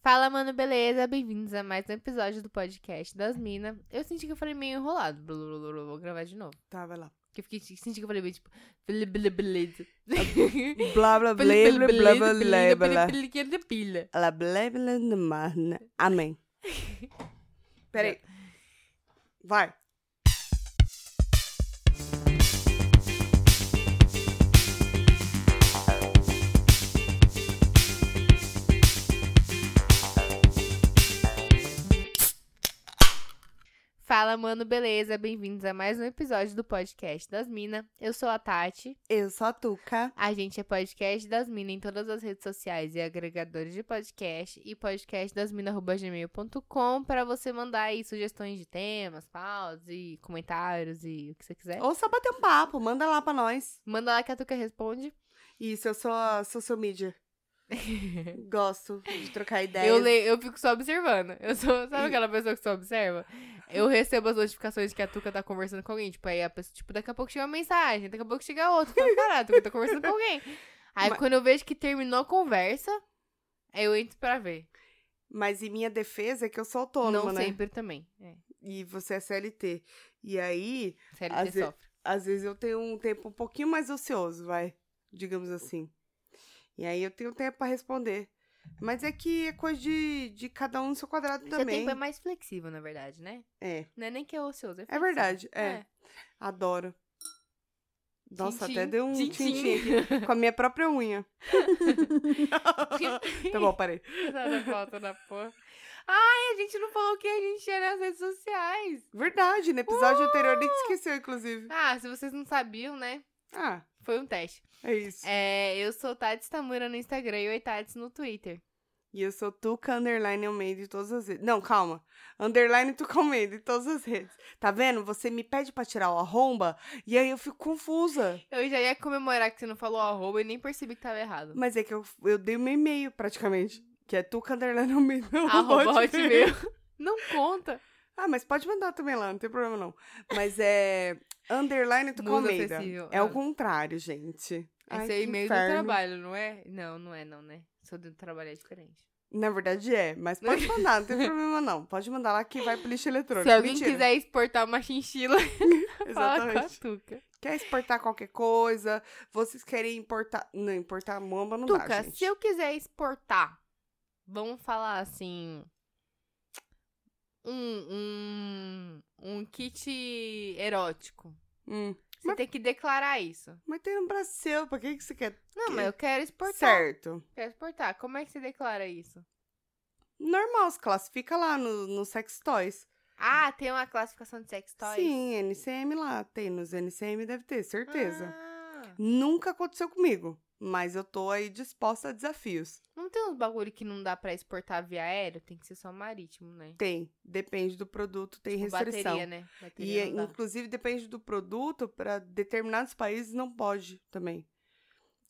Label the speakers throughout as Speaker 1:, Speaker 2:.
Speaker 1: Fala, mano, beleza? Bem-vindos a mais um episódio do podcast das Minas. Eu senti que eu falei meio enrolado. Blu, blu, blu, blu, Vou gravar de novo.
Speaker 2: Tá, vai lá.
Speaker 1: Que eu fiquei, senti que eu falei meio tipo. blu, blu, blu.
Speaker 2: Blá, blá, blá, blá, blá, blá, blá, blá.
Speaker 1: Que de pilha.
Speaker 2: Ela blá, blá, blá, marna. Amém. Peraí. Vai.
Speaker 1: Fala, mano, beleza? Bem-vindos a mais um episódio do podcast das Minas. Eu sou a Tati.
Speaker 2: Eu sou a Tuca.
Speaker 1: A gente é podcast das Minas em todas as redes sociais e agregadores de podcast e podcastdasmina.gmail.com para você mandar aí sugestões de temas, pausas e comentários e o que você quiser.
Speaker 2: Ou só bater um papo, manda lá pra nós.
Speaker 1: Manda lá que a Tuca responde.
Speaker 2: Isso, eu sou a social media. Gosto de trocar ideias.
Speaker 1: Eu, leio, eu fico só observando. Eu sou, sabe aquela pessoa que só observa? Eu recebo as notificações que a Tuca tá conversando com alguém. Tipo, aí a pessoa, tipo, daqui a pouco chega uma mensagem, daqui a pouco chega outra. Eu falo, Caralho, a Tuca tá conversando com alguém. Aí
Speaker 2: Mas-
Speaker 1: quando eu vejo que terminou a conversa, aí eu entro pra ver.
Speaker 2: Mas em minha defesa é que eu sou
Speaker 1: Não
Speaker 2: autônoma, né?
Speaker 1: sempre também. É.
Speaker 2: E você é CLT. E aí,
Speaker 1: CLT
Speaker 2: Às ve-
Speaker 1: sofre.
Speaker 2: às vezes eu tenho um tempo um pouquinho mais ocioso, vai, digamos assim. E aí eu tenho tempo pra responder. Mas é que é coisa de, de cada um no seu quadrado
Speaker 1: Seu
Speaker 2: também.
Speaker 1: tempo é mais flexível, na verdade, né?
Speaker 2: É,
Speaker 1: Não é nem que é ocioso, é
Speaker 2: é
Speaker 1: flexível.
Speaker 2: verdade, é. Adoro. Nossa,
Speaker 1: Tchim,
Speaker 2: até
Speaker 1: tchim.
Speaker 2: deu um
Speaker 1: Tchim,
Speaker 2: tintim aqui, com a minha própria unha. tá bom, parei.
Speaker 1: Nada falta na porra. Ai, a gente não falou que a gente é nas redes sociais.
Speaker 2: Verdade, no episódio anterior nem esqueceu, inclusive.
Speaker 1: Ah, se vocês não sabiam, né?
Speaker 2: Ah,
Speaker 1: Foi um teste.
Speaker 2: é isso.
Speaker 1: É, eu sou Tati Tamura no Instagram e oi Tati no Twitter.
Speaker 2: E eu sou Tuca Underline Almeida em todas as redes. Não, calma. Underline Tuca Almeida em todas as redes. Tá vendo? Você me pede pra tirar o arromba e aí eu fico confusa.
Speaker 1: Eu já ia comemorar que você não falou arroba e nem percebi que tava errado.
Speaker 2: Mas é que eu, eu dei meu e-mail praticamente. Que é Tuca Underline Almeida.
Speaker 1: Arroba
Speaker 2: arroba hotmail.
Speaker 1: hotmail. Não conta.
Speaker 2: Ah, mas pode mandar também lá, não tem problema não. Mas é. Underline Tuca
Speaker 1: Muda
Speaker 2: Almeida.
Speaker 1: acessível,
Speaker 2: É o
Speaker 1: ah.
Speaker 2: contrário, gente. Ai,
Speaker 1: Esse é o
Speaker 2: que
Speaker 1: e-mail do
Speaker 2: inferno.
Speaker 1: trabalho, não é? Não, não é não, né? Sou do trabalho é diferente.
Speaker 2: Na verdade é, mas pode mandar, não tem problema não. Pode mandar lá que vai pro lixo eletrônico.
Speaker 1: Se alguém
Speaker 2: Mentira.
Speaker 1: quiser exportar uma chinchila, fala com a
Speaker 2: Exatamente.
Speaker 1: Tuca.
Speaker 2: Quer exportar qualquer coisa? Vocês querem importar. Não, importar mamba não dá.
Speaker 1: Tuca,
Speaker 2: Gente.
Speaker 1: se eu quiser exportar, vamos falar assim. Um, um, um kit erótico.
Speaker 2: Hum,
Speaker 1: Você tem que declarar isso.
Speaker 2: mas tem no Brasil, pra que, que você quer?
Speaker 1: Não, mas eu quero exportar.
Speaker 2: Certo.
Speaker 1: Quero exportar. Como é que você declara isso?
Speaker 2: Normal, se classifica lá no, no Sex Toys.
Speaker 1: Ah, tem uma classificação de sex toys?
Speaker 2: Sim, NCM lá. Tem nos NCM, deve ter, certeza.
Speaker 1: Ah,
Speaker 2: Nunca aconteceu comigo, mas eu tô aí disposta a desafios.
Speaker 1: não tem uns bagulho que não dá pra exportar via aéreo? Tem que ser só marítimo, né?
Speaker 2: Tem, depende do produto, tem
Speaker 1: Tipo,
Speaker 2: restrição.
Speaker 1: Bateria, né?
Speaker 2: E
Speaker 1: Bateria não dá.
Speaker 2: inclusive depende do produto, pra determinados países não pode também.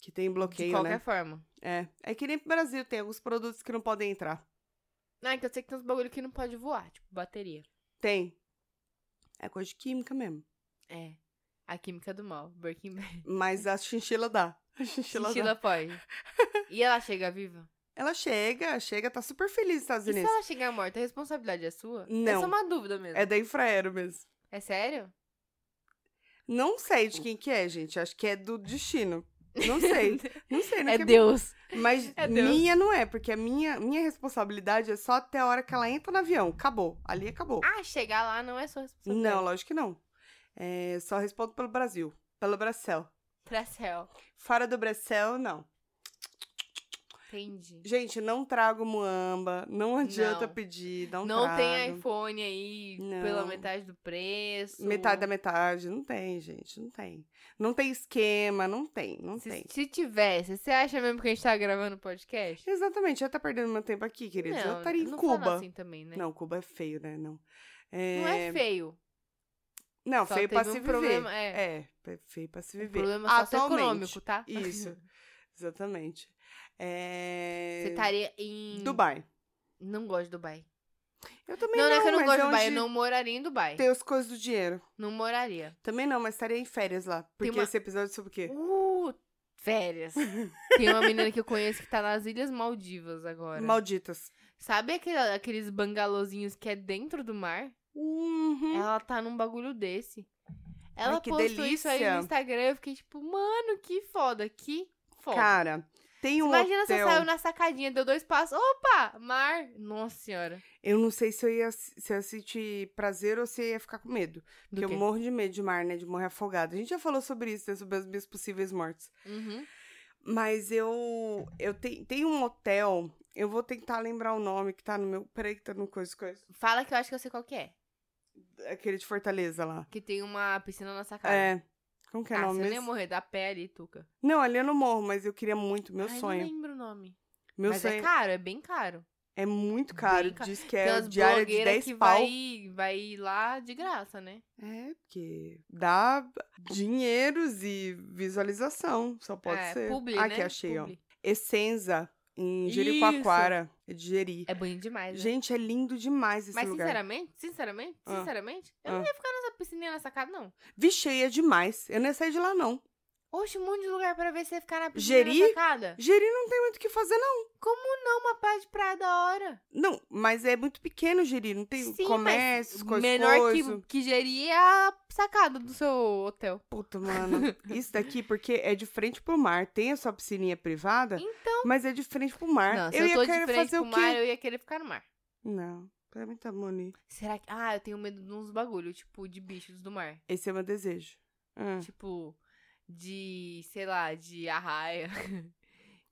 Speaker 2: Que tem bloqueio,
Speaker 1: De qualquer
Speaker 2: né?
Speaker 1: forma.
Speaker 2: É, é que nem pro Brasil tem alguns produtos que não podem entrar.
Speaker 1: Ah, então eu sei que tem uns bagulho que não pode voar, tipo bateria.
Speaker 2: Tem. É coisa de química mesmo.
Speaker 1: É. A química do mal, Breaking Bad.
Speaker 2: Mas a chinchila dá. A chinchila,
Speaker 1: Chinchila
Speaker 2: dá.
Speaker 1: pode. E ela chega viva?
Speaker 2: Ela chega, chega, tá super feliz nos Estados
Speaker 1: E se
Speaker 2: Unidos.
Speaker 1: ela chegar morta, a responsabilidade é sua? É
Speaker 2: Não.
Speaker 1: só uma dúvida mesmo.
Speaker 2: É
Speaker 1: É,
Speaker 2: da Infraero mesmo.
Speaker 1: sério?
Speaker 2: Não sei de quem que é, gente. Acho que é do destino. Não sei. Não sei, não
Speaker 1: é
Speaker 2: quer-
Speaker 1: Deus.
Speaker 2: Mas
Speaker 1: É Deus.
Speaker 2: minha não é, porque a minha, minha responsabilidade é só até a hora que ela entra no avião. Acabou. Ali acabou.
Speaker 1: Ah, chegar lá não é sua responsabilidade.
Speaker 2: não, lógico que não. É, só respondo pelo Brasil. Pelo Bracel.
Speaker 1: Pra céu.
Speaker 2: Fora do Bracel, não.
Speaker 1: Entendi.
Speaker 2: Gente, não trago muamba, não adianta
Speaker 1: Não.
Speaker 2: pedir, não,
Speaker 1: não
Speaker 2: trago.
Speaker 1: tem iPhone aí
Speaker 2: Não.
Speaker 1: pela metade do preço.
Speaker 2: Metade da metade, não tem, gente, não tem. Não tem esquema, não tem, não tem.
Speaker 1: se, se tivesse, você acha mesmo que a gente tá gravando podcast?
Speaker 2: Exatamente, já tá perdendo meu tempo aqui, querido. eu estaria em
Speaker 1: não fala
Speaker 2: Cuba.
Speaker 1: assim também, né?
Speaker 2: Não, Cuba é feio, né? Não é,
Speaker 1: Não é feio.
Speaker 2: não,
Speaker 1: só
Speaker 2: feio
Speaker 1: teve
Speaker 2: pra se
Speaker 1: um
Speaker 2: viver.
Speaker 1: problema, é. Um
Speaker 2: É, é feio pra se viver.
Speaker 1: Problema
Speaker 2: Atualmente.
Speaker 1: socioeconômico, tá?
Speaker 2: Isso, exatamente. É...
Speaker 1: Você tá estaria em.
Speaker 2: Dubai.
Speaker 1: Não gosto de Dubai.
Speaker 2: Eu também
Speaker 1: Não, não,
Speaker 2: não,
Speaker 1: é que eu não
Speaker 2: mas
Speaker 1: gosto de
Speaker 2: é
Speaker 1: Dubai, eu
Speaker 2: onde
Speaker 1: não moraria em Dubai.
Speaker 2: Tem as coisas do dinheiro.
Speaker 1: Não moraria.
Speaker 2: Também não, mas estaria em férias lá. Porque
Speaker 1: uma-
Speaker 2: esse episódio é sobre o quê?
Speaker 1: Uh, Férias. Tem uma menina que eu conheço que tá nas Ilhas Maldivas agora.
Speaker 2: Malditas.
Speaker 1: Sabe aquele- aqueles bangalôzinhos que é dentro do mar?
Speaker 2: Uhum.
Speaker 1: Ela tá num bagulho desse. Ela
Speaker 2: que
Speaker 1: postou isso aí
Speaker 2: delícia.
Speaker 1: no Instagram eu fiquei tipo, mano, que foda, que foda.
Speaker 2: Cara, tem um
Speaker 1: Imagina você
Speaker 2: hotel...
Speaker 1: saiu na sacadinha, deu dois passos, opa, mar. Nossa senhora.
Speaker 2: Eu não sei se eu ia se eu ia sentir prazer ou se eu ia ficar com medo.
Speaker 1: Do
Speaker 2: Porque eu
Speaker 1: quê?
Speaker 2: morro de medo de mar, né? De morrer afogada. A gente já falou sobre isso, né? Sobre as minhas possíveis mortes.
Speaker 1: Uhum.
Speaker 2: Mas eu. Eu te, tem um hotel. Eu vou tentar lembrar o nome que tá no meu. Peraí, que tá no coisa, coisa.
Speaker 1: Fala que eu acho que eu sei qual que é.
Speaker 2: Aquele de Fortaleza lá.
Speaker 1: Que tem uma piscina na sacada.
Speaker 2: É. Como que é o
Speaker 1: ah,
Speaker 2: nome
Speaker 1: você nem ia
Speaker 2: mesmo?
Speaker 1: morrer da pele, Tuca.
Speaker 2: Não, ali eu não morro, mas eu queria muito. Meu
Speaker 1: Ai,
Speaker 2: sonho.
Speaker 1: não lembro o nome.
Speaker 2: Meu
Speaker 1: Mas
Speaker 2: sonho
Speaker 1: é caro, é bem caro.
Speaker 2: é muito caro.
Speaker 1: Bem ca-
Speaker 2: Diz que
Speaker 1: Tem
Speaker 2: é
Speaker 1: umas
Speaker 2: diária de
Speaker 1: blogueiras
Speaker 2: 10
Speaker 1: que
Speaker 2: pau.
Speaker 1: vai, vai lá de graça, né?
Speaker 2: É, porque dá dinheiros e visualização. Só pode
Speaker 1: é,
Speaker 2: ser. Ah,
Speaker 1: publi,
Speaker 2: Aqui
Speaker 1: né?
Speaker 2: achei,
Speaker 1: Publi.
Speaker 2: ó. Essenza, em Jericoacoara. É de Jeri.
Speaker 1: É bonito demais, né?
Speaker 2: Gente, é lindo demais esse
Speaker 1: Mas
Speaker 2: lugar.
Speaker 1: sinceramente, sinceramente,
Speaker 2: Ah.
Speaker 1: sinceramente, eu não
Speaker 2: Ah.
Speaker 1: ia ficar nessa piscininha na sacada, não.
Speaker 2: Vixe, é demais. Eu não ia sair de lá, não.
Speaker 1: Oxe, um monte de lugar pra ver você ficar na piscina
Speaker 2: Geri?
Speaker 1: na sacada.
Speaker 2: Jeri não tem muito o que fazer, não.
Speaker 1: Não, uma praia de praia da hora.
Speaker 2: Não, mas é muito pequeno, Jeri. Não tem
Speaker 1: Sim,
Speaker 2: comércios,
Speaker 1: mas
Speaker 2: coisas.
Speaker 1: menor
Speaker 2: coisa.
Speaker 1: que, que gerir é a sacada do seu hotel.
Speaker 2: Puta, mano. Isso daqui, porque é de frente pro mar. Tem a sua piscininha privada,
Speaker 1: Então,
Speaker 2: mas é de frente pro mar.
Speaker 1: não, se
Speaker 2: eu
Speaker 1: eu,
Speaker 2: ia
Speaker 1: tô de
Speaker 2: querer
Speaker 1: frente
Speaker 2: fazer
Speaker 1: pro
Speaker 2: o quê?
Speaker 1: mar, eu ia querer ficar no mar.
Speaker 2: Não, pra mim tá bonito.
Speaker 1: Será que... Ah, eu tenho medo de uns bagulho, tipo, de bichos do mar.
Speaker 2: Esse é meu desejo. Ah,
Speaker 1: Tipo, de, sei lá, de arraia.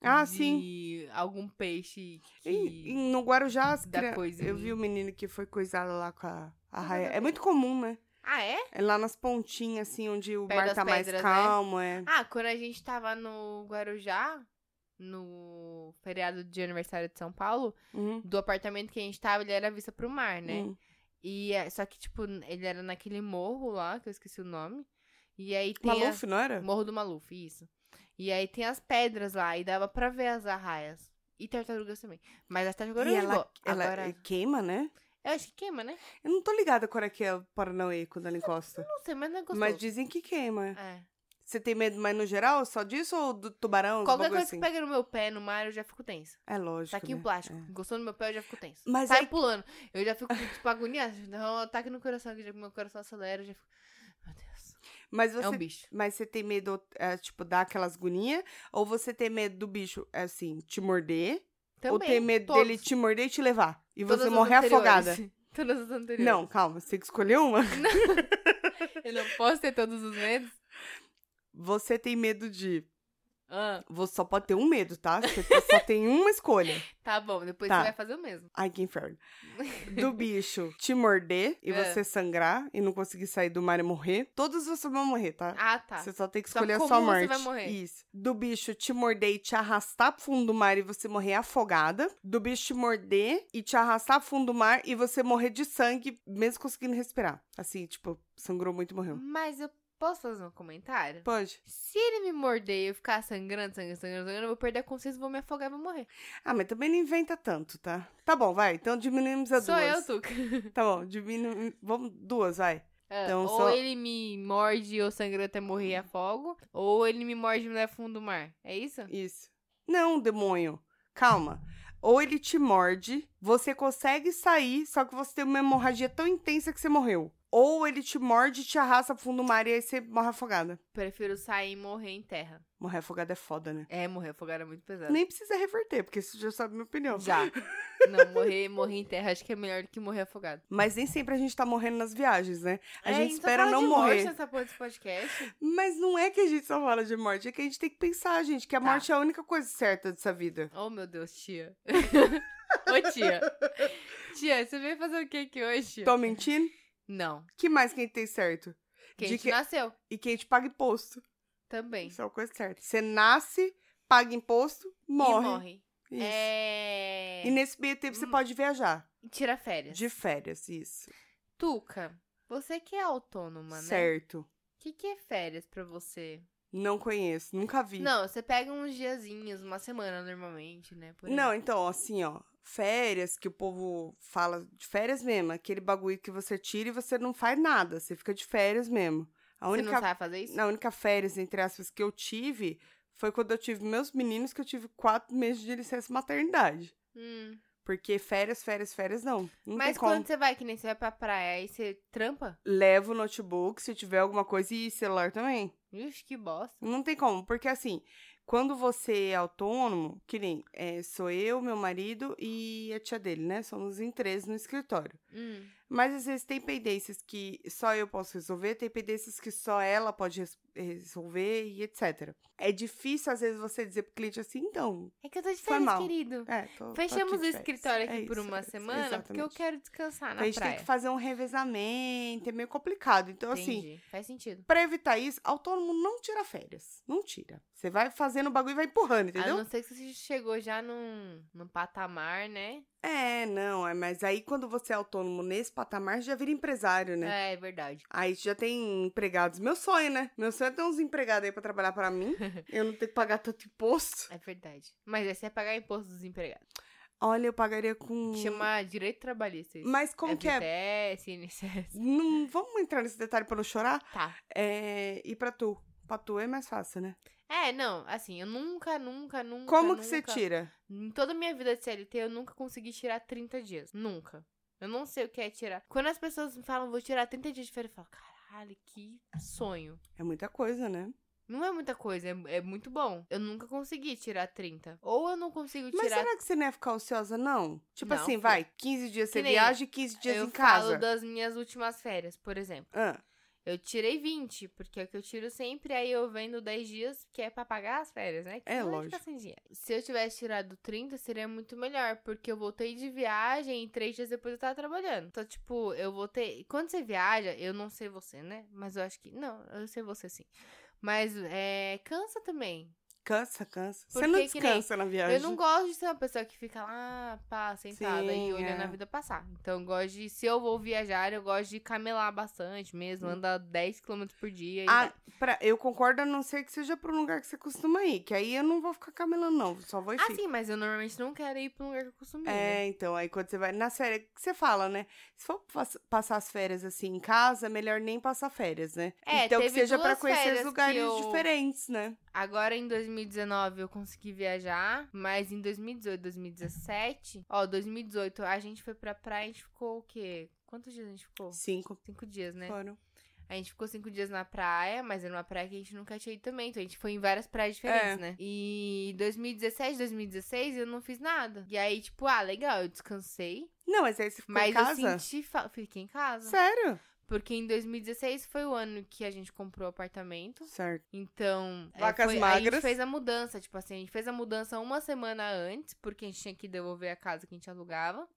Speaker 2: Ah,
Speaker 1: de
Speaker 2: sim.
Speaker 1: algum peixe que...
Speaker 2: E, e no Guarujá, as
Speaker 1: dá
Speaker 2: crian-
Speaker 1: coisa em
Speaker 2: eu
Speaker 1: mim.
Speaker 2: vi o menino que foi coisado lá com a, a
Speaker 1: Não,
Speaker 2: raia.
Speaker 1: nada a
Speaker 2: É
Speaker 1: ver.
Speaker 2: muito comum, né?
Speaker 1: Ah, é?
Speaker 2: É lá nas pontinhas, assim, onde o
Speaker 1: Perto
Speaker 2: mar
Speaker 1: das
Speaker 2: tá mais
Speaker 1: pedras, né?
Speaker 2: calmo. É.
Speaker 1: Ah, quando a gente tava no Guarujá, no feriado de aniversário de São Paulo,
Speaker 2: Uhum,
Speaker 1: do apartamento que a gente tava, ele era vista pro mar, né?
Speaker 2: uhum.
Speaker 1: E é- só que, tipo, ele era naquele morro lá, que eu esqueci o nome. E aí tem.
Speaker 2: Maluf, não
Speaker 1: a-
Speaker 2: era?
Speaker 1: Morro do Maluf, isso. E aí tem as pedras lá, e dava pra ver as arraias. E tartarugas também. Mas as tartarugas
Speaker 2: e
Speaker 1: não
Speaker 2: ela,
Speaker 1: vo-
Speaker 2: ela
Speaker 1: Agora,
Speaker 2: eh, queima, né?
Speaker 1: Eu acho que queima, né?
Speaker 2: Eu não tô ligada qual é que é o Paranauê quando ela encosta.
Speaker 1: Não sei, mas não é gostoso.
Speaker 2: Mas dizem que queima.
Speaker 1: É.
Speaker 2: Você tem medo mais no geral, só disso ou do tubarão? uns
Speaker 1: Qualquer
Speaker 2: bagulho
Speaker 1: coisa
Speaker 2: assim?
Speaker 1: que pega no meu pé no mar, eu já fico tensa.
Speaker 2: É lógico.
Speaker 1: Saquinho
Speaker 2: né?
Speaker 1: plástico.
Speaker 2: É.
Speaker 1: Gostou no meu pé, eu já fico tenso.
Speaker 2: Mas é
Speaker 1: Sai
Speaker 2: aí-
Speaker 1: pulando. Eu já fico, tipo, agoniada. Dá um ataque no coração, que já, meu coração acelera. Eu já fico... Meu Deus.
Speaker 2: Mas você
Speaker 1: É um bicho.
Speaker 2: Mas você tem medo, é, tipo, dar aquelas agonia? Ou você tem medo do bicho, assim, te morder?
Speaker 1: Também.
Speaker 2: ou tem medo
Speaker 1: todos.
Speaker 2: dele te morder e te levar? E
Speaker 1: Todas
Speaker 2: você
Speaker 1: as
Speaker 2: morrer
Speaker 1: anteriores.
Speaker 2: afogada?
Speaker 1: Todas as anteriores.
Speaker 2: Não, calma, você tem que escolher uma.
Speaker 1: Eu não posso ter todos os medos.
Speaker 2: Você tem medo de.
Speaker 1: Ah,
Speaker 2: Você só pode ter um medo, tá? Você só tem uma escolha.
Speaker 1: tá bom, depois
Speaker 2: Tá.
Speaker 1: você vai fazer o mesmo.
Speaker 2: Ai, que inferno. Do bicho te morder e
Speaker 1: É.
Speaker 2: você sangrar e não conseguir sair do mar e morrer. Todos vocês vão morrer, tá?
Speaker 1: Ah, tá.
Speaker 2: Você só tem que
Speaker 1: Só
Speaker 2: escolher a
Speaker 1: como
Speaker 2: sua
Speaker 1: você
Speaker 2: morte.
Speaker 1: vai morrer.
Speaker 2: Isso. Do bicho te morder e te arrastar pro fundo do mar e você morrer afogada. Do bicho te morder e te arrastar pro fundo do mar e você morrer de sangue, mesmo conseguindo respirar. Assim, tipo, sangrou muito e morreu.
Speaker 1: Mas eu posso fazer um comentário?
Speaker 2: Pode.
Speaker 1: Se ele me morder e eu ficar sangrando, sangrando, sangrando, sangrando, eu vou perder a consciência, vou me afogar e vou morrer.
Speaker 2: Ah, mas também não inventa tanto, tá? Tá bom, vai. Então diminuímos a
Speaker 1: Sou eu,
Speaker 2: duas.
Speaker 1: Tuca.
Speaker 2: Tá bom, diminui. Vamos, duas, vai.
Speaker 1: É,
Speaker 2: Então,
Speaker 1: ou
Speaker 2: só-
Speaker 1: ele me morde e eu sangro até morrer e afogo, ou ele me morde e me leva pro fundo do mar. É isso?
Speaker 2: Isso. Não, demônio. Calma. Ou ele te morde, você consegue sair, só que você tem uma hemorragia tão intensa que você morreu. Ou ele te morde e te arrasta pro fundo do mar e aí você morre afogada.
Speaker 1: Prefiro sair e morrer em terra.
Speaker 2: Morrer afogada é foda, né?
Speaker 1: É, morrer afogado é muito pesado.
Speaker 2: Nem precisa reverter, porque você já sabe minha opinião.
Speaker 1: Já. Não, morrer, morrer em terra acho que é melhor do que morrer afogado.
Speaker 2: Mas nem sempre a gente tá morrendo nas viagens, né? A
Speaker 1: É,
Speaker 2: gente
Speaker 1: só
Speaker 2: espera
Speaker 1: fala
Speaker 2: não
Speaker 1: de morte assim.
Speaker 2: morrer.
Speaker 1: nessa porra desse podcast.
Speaker 2: Mas não é que a gente só fala de morte, é que a gente tem que pensar, gente, que a
Speaker 1: Tá.
Speaker 2: morte é a única coisa certa dessa vida.
Speaker 1: Oh, meu Deus, tia. Ô, tia. Tia, você veio fazer o que aqui hoje? tia?
Speaker 2: Tô mentindo?
Speaker 1: Não.
Speaker 2: Que mais que a gente tem certo?
Speaker 1: Quem
Speaker 2: De
Speaker 1: a gente
Speaker 2: que-
Speaker 1: nasceu.
Speaker 2: E que a gente paga imposto.
Speaker 1: Também.
Speaker 2: Isso é uma coisa certa. Você nasce, paga imposto, morre.
Speaker 1: E morre.
Speaker 2: Isso.
Speaker 1: É...
Speaker 2: E nesse meio tempo você pode viajar.
Speaker 1: Tira férias.
Speaker 2: De férias, isso.
Speaker 1: Tuca, você que é autônoma, né?
Speaker 2: certo.
Speaker 1: O que, que é férias pra você?
Speaker 2: Não conheço, nunca vi.
Speaker 1: Não, você pega uns diazinhos, uma semana normalmente, né? Por aí.
Speaker 2: Não, então, assim, ó. Férias, que o povo fala de férias mesmo, aquele bagulho que você tira e você não faz nada, você fica de férias mesmo. A
Speaker 1: Você
Speaker 2: única,
Speaker 1: não sabe fazer isso?
Speaker 2: a única férias, entre aspas, que eu tive Foi quando eu tive meus meninos que eu tive quatro meses de licença maternidade.
Speaker 1: Hum.
Speaker 2: Porque férias, férias, férias, não. Não tem
Speaker 1: Mas
Speaker 2: como.
Speaker 1: quando você vai, que nem você vai pra praia, aí você trampa?
Speaker 2: Levo o notebook, se tiver alguma coisa, e celular também.
Speaker 1: Ixi, que bosta.
Speaker 2: Não tem como, porque assim, quando você é autônomo, que nem é, sou eu, meu marido e a tia dele, né? Somos em três no escritório.
Speaker 1: Hum.
Speaker 2: Mas às vezes tem pendências que só eu posso resolver, tem pendências que só ela pode res- resolver e etc. É difícil às vezes você dizer pro cliente assim, então,
Speaker 1: É que eu tô de
Speaker 2: Foi
Speaker 1: férias,
Speaker 2: mal.
Speaker 1: querido.
Speaker 2: é, tô- tô
Speaker 1: Fechamos
Speaker 2: aqui
Speaker 1: o
Speaker 2: de férias.
Speaker 1: escritório aqui
Speaker 2: É
Speaker 1: por
Speaker 2: isso,
Speaker 1: uma
Speaker 2: é isso,
Speaker 1: semana porque eu
Speaker 2: exatamente.
Speaker 1: quero descansar na
Speaker 2: A gente
Speaker 1: praia.
Speaker 2: tem que fazer um revezamento, é meio complicado. Então, assim,
Speaker 1: Entendi. Faz sentido.
Speaker 2: pra evitar isso, autônomo não tira férias. Não tira. Você vai fazendo o bagulho e vai empurrando, entendeu?
Speaker 1: A não ser que você chegou já num, num patamar, né?
Speaker 2: É, não, é, mas aí quando você é autônomo nesse patamar, já vira empresário, né?
Speaker 1: É, é verdade.
Speaker 2: Aí já tem empregados. Meu sonho, né? Meu sonho é ter uns empregados aí pra trabalhar pra mim. eu não ter que pagar tanto imposto.
Speaker 1: É verdade. Mas aí você ia pagar imposto dos empregados.
Speaker 2: Olha, eu pagaria com.
Speaker 1: Chama direito trabalhista isso.
Speaker 2: Hum. Mas como que é?
Speaker 1: FGTS, INSS.
Speaker 2: Não, vamos entrar nesse detalhe pra não chorar?
Speaker 1: Tá.
Speaker 2: É, e pra tu? Pra tu é mais fácil, né?
Speaker 1: É, não, assim, eu nunca, nunca, nunca.
Speaker 2: Como
Speaker 1: nunca,
Speaker 2: que você tira?
Speaker 1: Em toda a minha vida de CLT, eu nunca consegui tirar 30 dias. Nunca. Eu não sei o que é tirar. Quando as pessoas me falam, vou tirar 30 dias de férias, eu falo, caralho, que sonho.
Speaker 2: É muita coisa, né?
Speaker 1: Não é muita coisa, é, é muito bom. Eu nunca consegui tirar 30. Ou eu não consigo
Speaker 2: Mas
Speaker 1: tirar.
Speaker 2: será que você não ia ficar ociosa, não? Tipo
Speaker 1: Não,
Speaker 2: assim,
Speaker 1: filho.
Speaker 2: vai, 15 dias você
Speaker 1: nem
Speaker 2: viaja e 15 dias
Speaker 1: eu
Speaker 2: em casa.
Speaker 1: falo das minhas últimas férias, por exemplo.
Speaker 2: Ah,
Speaker 1: Eu tirei 20, porque é o que eu tiro sempre, aí eu vendo 10 dias, que é pra pagar as férias, né? Que
Speaker 2: É,
Speaker 1: senão eu ia
Speaker 2: lógico.
Speaker 1: ficar sem dinheiro. Se eu tivesse tirado 30, seria muito melhor, porque eu voltei de viagem e 3 dias depois eu tava trabalhando. Então, tipo, eu voltei. Quando você viaja, eu não sei você, né? Mas eu acho que. Não, eu sei você sim. Mas é, cansa também.
Speaker 2: cansa, cansa.
Speaker 1: Por
Speaker 2: você não
Speaker 1: que que nem-
Speaker 2: descansa na viagem.
Speaker 1: Eu não gosto de ser uma pessoa que fica lá, pá, sentada
Speaker 2: Sim,
Speaker 1: e olhando
Speaker 2: é.
Speaker 1: a vida passar. Então, eu gosto de, se eu vou viajar, eu gosto de camelar bastante mesmo, andar 10km por dia. e
Speaker 2: Hum. Ah,
Speaker 1: vai.
Speaker 2: pra, eu concordo, a não ser que seja pra um lugar que você costuma ir. Que aí eu não vou ficar camelando, não. Só vou e
Speaker 1: Ah,
Speaker 2: fico.
Speaker 1: sim, mas eu normalmente não quero ir pra um lugar que eu costumo ir, né?
Speaker 2: É, então, aí quando você vai. Na série que você fala, né? Se for pas- passar as férias assim em casa, melhor nem passar férias, né?
Speaker 1: É,
Speaker 2: então que
Speaker 1: teve
Speaker 2: seja pra
Speaker 1: duas férias
Speaker 2: conhecer
Speaker 1: que
Speaker 2: lugares
Speaker 1: eu-
Speaker 2: diferentes, né?
Speaker 1: Agora, em 2019, eu consegui viajar, mas em 2018, 2017... Ó, 2018, a gente foi pra praia, a gente ficou o quê? Quantos dias a gente ficou?
Speaker 2: Cinco
Speaker 1: Cinco dias, né?
Speaker 2: foram.
Speaker 1: A gente ficou cinco dias na praia, mas era uma praia que a gente nunca tinha ido também. Então a gente foi em várias praias diferentes,
Speaker 2: É.
Speaker 1: né? E 2017, 2016, eu não fiz nada. E aí, tipo, ah, legal, eu descansei.
Speaker 2: Não, mas aí você ficou
Speaker 1: Mas
Speaker 2: em casa?
Speaker 1: eu senti. Fa... Fiquei em casa.
Speaker 2: Sério?
Speaker 1: Porque em 2016 foi o ano que a gente comprou o apartamento.
Speaker 2: Certo.
Speaker 1: Então, é,
Speaker 2: Vacas
Speaker 1: foi- a
Speaker 2: magras.
Speaker 1: gente fez a mudança. Tipo assim, a gente fez a mudança uma semana antes, porque a gente tinha que devolver a casa que a gente alugava.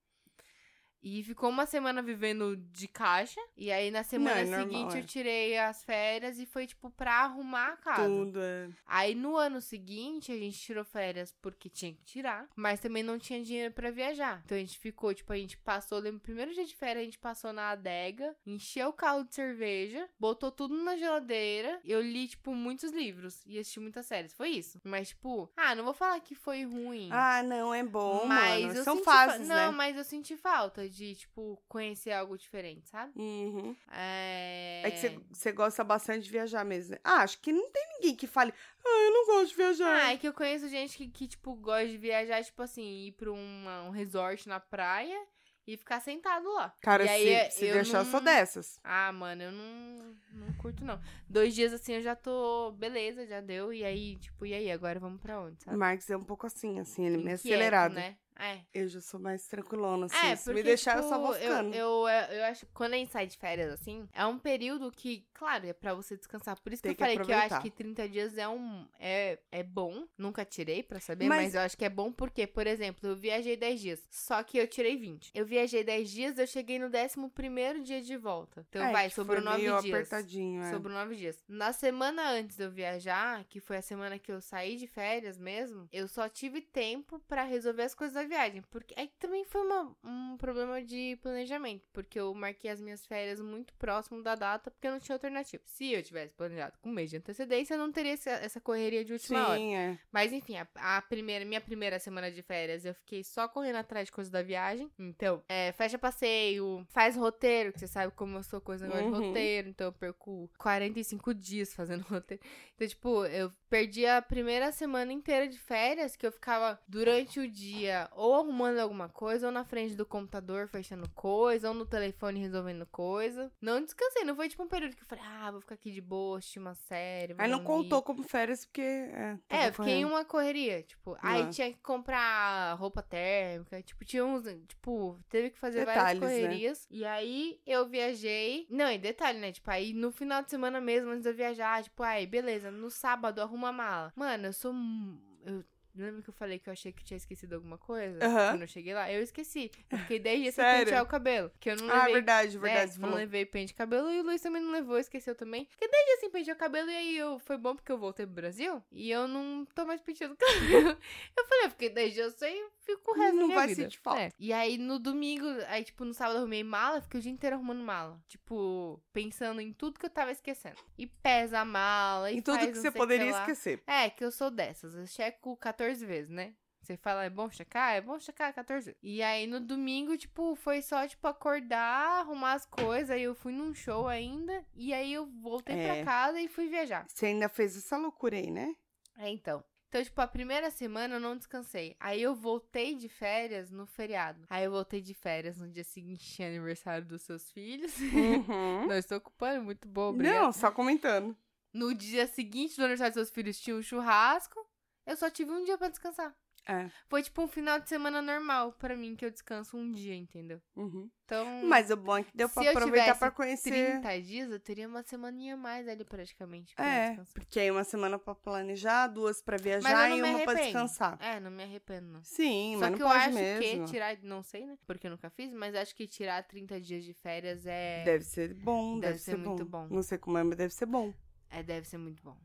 Speaker 1: E ficou uma semana vivendo de caixa. E aí, na semana
Speaker 2: é normal,
Speaker 1: seguinte,
Speaker 2: é.
Speaker 1: eu tirei as férias e foi, tipo, pra arrumar a casa.
Speaker 2: Tudo, é.
Speaker 1: Aí, no ano seguinte, a gente tirou férias porque tinha que tirar. Mas também não tinha dinheiro pra viajar. Então, a gente ficou, tipo, a gente passou... Lembro, primeiro dia de férias, a gente passou na adega. Encheu o carro de cerveja. Botou tudo na geladeira. Eu li, tipo, muitos livros. E assisti muitas séries. Foi isso. Mas, tipo... Ah, não vou falar que foi ruim.
Speaker 2: Ah, não, é bom, mano. São
Speaker 1: senti fa-
Speaker 2: fases,
Speaker 1: Não,
Speaker 2: né?
Speaker 1: mas eu senti falta de, tipo, conhecer algo diferente, sabe?
Speaker 2: Uhum.
Speaker 1: É...
Speaker 2: É que você- você gosta bastante de viajar mesmo. né? Ah, acho que não tem ninguém que fale, ah, eu não gosto de viajar.
Speaker 1: Ah, é que eu conheço gente que, que, tipo, gosta de viajar, tipo assim, ir pra uma- um resort na praia e ficar sentado lá.
Speaker 2: Cara,
Speaker 1: e aí é-
Speaker 2: se, se
Speaker 1: eu
Speaker 2: deixar, eu
Speaker 1: não-
Speaker 2: sou dessas.
Speaker 1: Ah, mano, eu não, não curto, não. Dois dias assim eu já tô. Beleza, já deu. E aí, tipo, e aí, agora vamos pra onde,
Speaker 2: O
Speaker 1: sabe?
Speaker 2: Marx é um pouco assim, assim, ele é meio
Speaker 1: Inquieto,
Speaker 2: acelerado.
Speaker 1: Tá. né? É.
Speaker 2: Eu já sou mais tranquilona, assim.
Speaker 1: É,
Speaker 2: se
Speaker 1: porque,
Speaker 2: me deixar, eu
Speaker 1: tipo,
Speaker 2: só vou ficando.
Speaker 1: Eu, eu, eu acho que quando a gente sai de férias, assim, é um período que, claro, é pra você descansar. Por isso
Speaker 2: Tem
Speaker 1: que
Speaker 2: que
Speaker 1: eu falei que eu
Speaker 2: aproveitar.
Speaker 1: acho que 30 dias é um... É, é bom. Nunca tirei pra saber,
Speaker 2: Mas-
Speaker 1: mas... eu acho que é bom porque, por exemplo, eu viajei 10 dias. Só que eu tirei 20. Eu viajei 10 dias, eu cheguei no 11º dia de volta. Então
Speaker 2: É,
Speaker 1: vai,
Speaker 2: que
Speaker 1: sobrou
Speaker 2: foi
Speaker 1: 9
Speaker 2: meio
Speaker 1: dias.
Speaker 2: apertadinho, é.
Speaker 1: Sobre nove dias. Na semana antes de eu viajar, que foi a semana que eu saí de férias mesmo, eu só tive tempo pra resolver as coisas da da viagem. Porque aí também foi uma- um problema de planejamento. Porque eu marquei as minhas férias muito próximo da data, porque eu não tinha alternativa. Se eu tivesse planejado com um mês de antecedência, eu não teria essa, essa correria de última hora.
Speaker 2: Sim, é.
Speaker 1: Mas enfim, a, a primeira, minha primeira semana de férias eu fiquei só correndo atrás de coisas da viagem. Então, é, fecha passeio, faz roteiro, que você sabe como eu sou coisa negócio de
Speaker 2: Uhum.
Speaker 1: roteiro. Então eu perco 45 dias fazendo roteiro. Então, tipo, eu perdi a primeira semana inteira de férias que eu ficava durante o dia ou arrumando alguma coisa, ou na frente do computador fechando coisa, ou no telefone resolvendo coisa. Não descansei, não foi tipo um período que eu falei, ah, vou ficar aqui de boa, assistir uma série. vou
Speaker 2: Aí não
Speaker 1: dormir.
Speaker 2: contou como férias, porque. É,
Speaker 1: É,
Speaker 2: tava
Speaker 1: eu fiquei em
Speaker 2: correndo. Ah.
Speaker 1: uma correria, tipo, aí
Speaker 2: Não.
Speaker 1: tinha que comprar roupa térmica, tipo, tinha uns, tipo, teve que fazer várias
Speaker 2: Detalhes, né?
Speaker 1: correrias. E aí eu viajei, não, e detalhe, né, tipo, aí no final de semana mesmo, antes de eu viajar, tipo, aí, beleza, no sábado arruma a mala. Mano, eu sou, mu- eu lembra que eu falei que eu achei que eu tinha esquecido alguma coisa?
Speaker 2: Aham.
Speaker 1: Quando eu cheguei lá, eu esqueci, eu fiquei 10 dias sem
Speaker 2: Sério?
Speaker 1: pentear o cabelo, que eu não
Speaker 2: Ah,
Speaker 1: levei
Speaker 2: verdade,
Speaker 1: é,
Speaker 2: verdade. você
Speaker 1: não
Speaker 2: falou.
Speaker 1: levei pente de cabelo e o Luiz também não levou, esqueceu também. Porque desde assim, pentei o cabelo e aí eu, foi bom porque eu voltei pro Brasil e eu não tô mais penteando o cabelo. Eu falei, eu fiquei desde eu sei, eu fico com o resto da
Speaker 2: Não
Speaker 1: minha
Speaker 2: vai
Speaker 1: vida.
Speaker 2: sentir falta.
Speaker 1: É. E aí no domingo, aí tipo no sábado eu arrumei mala, fiquei o dia inteiro arrumando mala. Tipo, pensando em tudo que eu tava esquecendo. E pesa a mala e
Speaker 2: Em tudo
Speaker 1: faz
Speaker 2: que
Speaker 1: não sei
Speaker 2: você
Speaker 1: o
Speaker 2: poderia
Speaker 1: lá.
Speaker 2: esquecer.
Speaker 1: É, que eu sou dessas. Eu checo 14 vezes, né? Você fala, é bom checar? É bom checar 14 vezes. E aí, no domingo, tipo, foi só, tipo, acordar, arrumar as coisas. Aí eu fui num show ainda. E aí eu voltei pra
Speaker 2: É.
Speaker 1: casa e fui viajar.
Speaker 2: Você ainda fez essa loucura aí, né?
Speaker 1: É, então. Então, tipo, a primeira semana eu não descansei. Aí eu voltei de férias no feriado. Aí eu voltei de férias no dia seguinte, aniversário dos seus filhos.
Speaker 2: Uhum.
Speaker 1: não estou ocupando, muito bom, obrigada.
Speaker 2: Não, só comentando.
Speaker 1: No dia seguinte do aniversário dos seus filhos tinha um churrasco. Eu só tive um dia pra descansar.
Speaker 2: É.
Speaker 1: Foi tipo um final de semana normal pra mim, que eu descanso um dia, entendeu?
Speaker 2: Uhum.
Speaker 1: Então,
Speaker 2: Mas o bom é que deu
Speaker 1: se
Speaker 2: pra
Speaker 1: eu
Speaker 2: aproveitar
Speaker 1: tivesse
Speaker 2: pra conhecer.
Speaker 1: 30 dias eu teria uma semaninha a mais ali praticamente. Pra
Speaker 2: É,
Speaker 1: descansar.
Speaker 2: porque aí uma semana pra planejar, duas pra
Speaker 1: Mas
Speaker 2: viajar
Speaker 1: eu
Speaker 2: e
Speaker 1: não me
Speaker 2: uma pra
Speaker 1: arrependo.
Speaker 2: descansar.
Speaker 1: É, não me arrependo, não.
Speaker 2: Sim,
Speaker 1: Só
Speaker 2: mas
Speaker 1: que
Speaker 2: não
Speaker 1: eu
Speaker 2: pode
Speaker 1: acho
Speaker 2: mesmo.
Speaker 1: que tirar, não sei, né? Porque eu nunca fiz, mas acho que tirar 30 dias de férias é.
Speaker 2: Deve ser bom,
Speaker 1: Deve
Speaker 2: deve,
Speaker 1: ser muito bom.
Speaker 2: Não sei como é, mas deve ser bom.
Speaker 1: é, deve ser muito bom.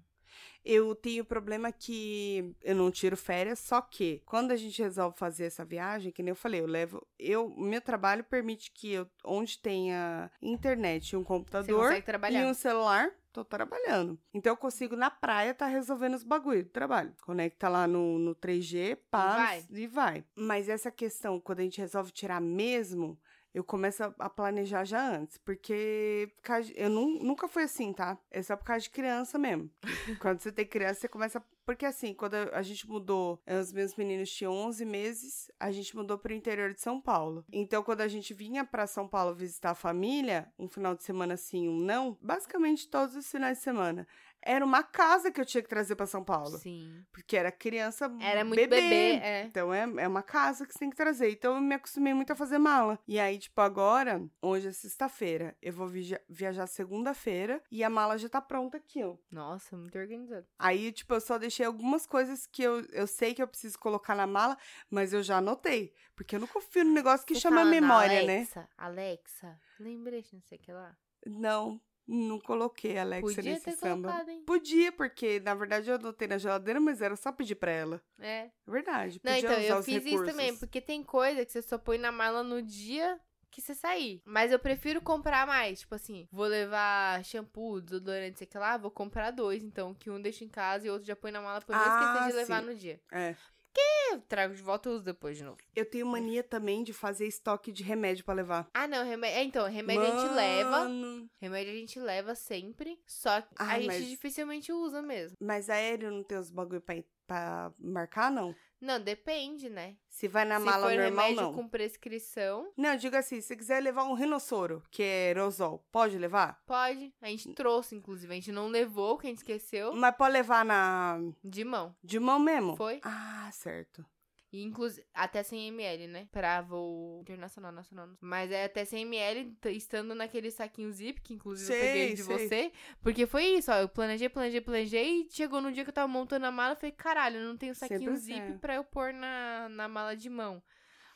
Speaker 2: Eu tenho problema que eu não tiro férias, só que quando a gente resolve fazer essa viagem, que nem eu falei, eu levo. Eu, o meu trabalho permite que eu, onde tenha internet e um
Speaker 1: Você
Speaker 2: computador
Speaker 1: consegue trabalhar.
Speaker 2: e um celular, tô trabalhando. Então eu consigo na praia tá resolvendo os bagulho do trabalho. Conecta lá no, no 3G, pá,
Speaker 1: vai.
Speaker 2: e vai. Mas essa questão, quando a gente resolve tirar mesmo, eu começo a- a planejar já antes, porque por causa de- eu nun- nunca fui assim, tá? É só por causa de criança mesmo. quando você tem criança, você começa. Porque assim, quando a gente mudou, eh, os meus meninos tinham 11 meses, a gente mudou pro interior de São Paulo. Então, quando a gente vinha pra São Paulo visitar a família, um final de semana sim, um não, basicamente todos os finais de semana. Era uma casa que eu tinha que trazer pra São um Paulo.
Speaker 1: Sim.
Speaker 2: Porque era criança.
Speaker 1: Era muito bebê, é.
Speaker 2: Então é, é uma casa que você tem que trazer. Então eu me acostumei muito a fazer mala. E aí, tipo, agora, hoje é sexta-feira. Eu vou vija- viajar segunda-feira e a mala já tá pronta aqui, ó.
Speaker 1: Nossa, muito organizado.
Speaker 2: Aí, tipo, eu só deixei algumas coisas que eu, eu sei que eu preciso colocar na mala, mas eu já anotei. Porque eu não confio no negócio que
Speaker 1: Você
Speaker 2: chama a
Speaker 1: fala na
Speaker 2: memória, né?
Speaker 1: Alexa, Alexa, lembrete, não sei o que lá.
Speaker 2: Não, não coloquei a Alexa
Speaker 1: Podia
Speaker 2: É nesse
Speaker 1: ter
Speaker 2: samba.
Speaker 1: colocado, hein?
Speaker 2: Podia, porque na verdade eu anotei na geladeira, mas era só pedir pra ela.
Speaker 1: É.
Speaker 2: Verdade.
Speaker 1: Não,
Speaker 2: Podia
Speaker 1: então,
Speaker 2: usar
Speaker 1: eu
Speaker 2: os
Speaker 1: fiz
Speaker 2: recursos.
Speaker 1: isso também, porque tem coisa que você só põe na mala no dia que você sair. Mas eu prefiro comprar mais. Tipo assim, vou levar shampoo, desodorante, sei que lá, vou comprar dois. Então, que um deixa em casa e outro já põe na mala pra eu não
Speaker 2: Ah,
Speaker 1: esquecer de levar
Speaker 2: sim.
Speaker 1: no dia.
Speaker 2: É.
Speaker 1: Eu trago de volta e uso depois de novo.
Speaker 2: Eu tenho mania também de fazer estoque de remédio pra levar.
Speaker 1: Ah, não, remédio. É, então, remédio a gente leva.
Speaker 2: Mano,
Speaker 1: Remédio a gente leva sempre. Só que a
Speaker 2: Ai,
Speaker 1: gente
Speaker 2: mas-
Speaker 1: dificilmente usa mesmo.
Speaker 2: Mas aéreo não tem os bagulho pra, pra marcar, não?
Speaker 1: Não, depende, né?
Speaker 2: Se vai na
Speaker 1: Se
Speaker 2: mala
Speaker 1: for
Speaker 2: normal,
Speaker 1: remédio
Speaker 2: não.
Speaker 1: com prescrição,
Speaker 2: Não, eu digo assim, se você quiser levar um rinossoro, que é aerosol, pode levar?
Speaker 1: pode. A
Speaker 2: Hum.
Speaker 1: gente trouxe, inclusive. A gente não levou, que a gente esqueceu.
Speaker 2: Mas pode levar na...
Speaker 1: De mão.
Speaker 2: de mão mesmo?
Speaker 1: Foi.
Speaker 2: Ah, certo.
Speaker 1: E inclusive, até 100ml, né? Pra voo internacional, nacional. não sei. Mas é até 100ml, t- estando naquele saquinho zip, que inclusive eu
Speaker 2: Sei,
Speaker 1: peguei de
Speaker 2: sei.
Speaker 1: você. Porque foi isso, ó. Eu planejei, planejei, planejei. E chegou no dia que eu tava montando a mala, eu falei, caralho, eu não tenho saquinho
Speaker 2: Sempre é.
Speaker 1: zip
Speaker 2: serve.
Speaker 1: pra eu pôr na, na mala de mão.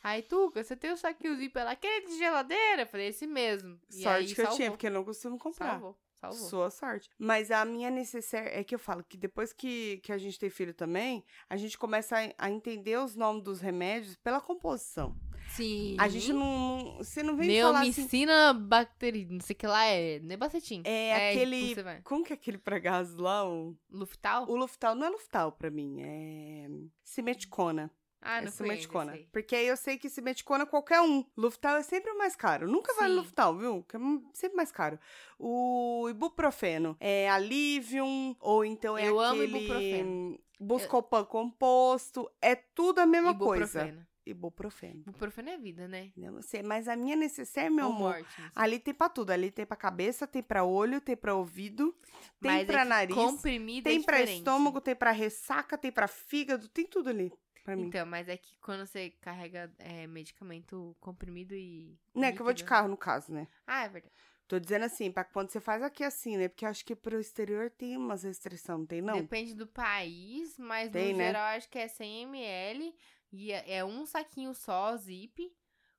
Speaker 1: Aí, Tuca, você tem o saquinho zip? Ela, aquele de geladeira? Eu falei, esse mesmo. E
Speaker 2: Sorte
Speaker 1: aí,
Speaker 2: que eu tinha,
Speaker 1: salvou.
Speaker 2: porque eu não costumo comprar.
Speaker 1: Salvou, Salvou.
Speaker 2: Sua sorte. Mas a minha necessaire é que eu falo que depois que, que a gente tem filho também, a gente começa a, a entender os nomes dos remédios pela composição.
Speaker 1: Sim.
Speaker 2: A gente não. não- Você não vem falar assim.
Speaker 1: Neomicina bacteri... Não sei o que lá é. Nebacetim.
Speaker 2: É,
Speaker 1: tipo,
Speaker 2: aquele.
Speaker 1: você vai.
Speaker 2: Como que é aquele pra gás lá? O,
Speaker 1: Luftal?
Speaker 2: o Luftal. Não é Luftal pra mim, é. Simeticona.
Speaker 1: Ah,
Speaker 2: é
Speaker 1: não foi
Speaker 2: simeticona. Porque aí eu sei que simeticona é qualquer um. Luftal é sempre o mais caro. Nunca vale
Speaker 1: Sim.
Speaker 2: Luftal, viu? Que é mu- sempre mais caro. O ibuprofeno é Alivium, ou então é
Speaker 1: Eu amo
Speaker 2: aquele...
Speaker 1: ibuprofeno.
Speaker 2: Buscopan composto. É tudo a mesma coisa.
Speaker 1: Ibuprofeno.
Speaker 2: Ibuprofeno.
Speaker 1: Ibuprofeno é vida, né?
Speaker 2: Não sei, mas a minha necessaire, meu
Speaker 1: Ou
Speaker 2: amor...
Speaker 1: Um morte. não sei.
Speaker 2: Ali tem pra tudo. Ali tem pra cabeça, tem pra olho, tem pra ouvido, tem
Speaker 1: Mas é
Speaker 2: pra
Speaker 1: que
Speaker 2: nariz,
Speaker 1: Comprimido é
Speaker 2: tem pra
Speaker 1: diferente.
Speaker 2: estômago, tem pra ressaca, tem pra fígado, tem tudo ali pra mim.
Speaker 1: Então, mas é que quando você carrega é, medicamento comprimido e.
Speaker 2: Né, que eu vou de
Speaker 1: líquido-
Speaker 2: carro, no caso, né?
Speaker 1: Ah, é verdade.
Speaker 2: Tô dizendo assim, pra quando você faz aqui assim, né? Porque eu acho que pro exterior tem umas restrições, não tem não?
Speaker 1: Depende do país, mas
Speaker 2: Tem,
Speaker 1: no
Speaker 2: né?
Speaker 1: geral acho que é 100 ml e é é um saquinho só, zip,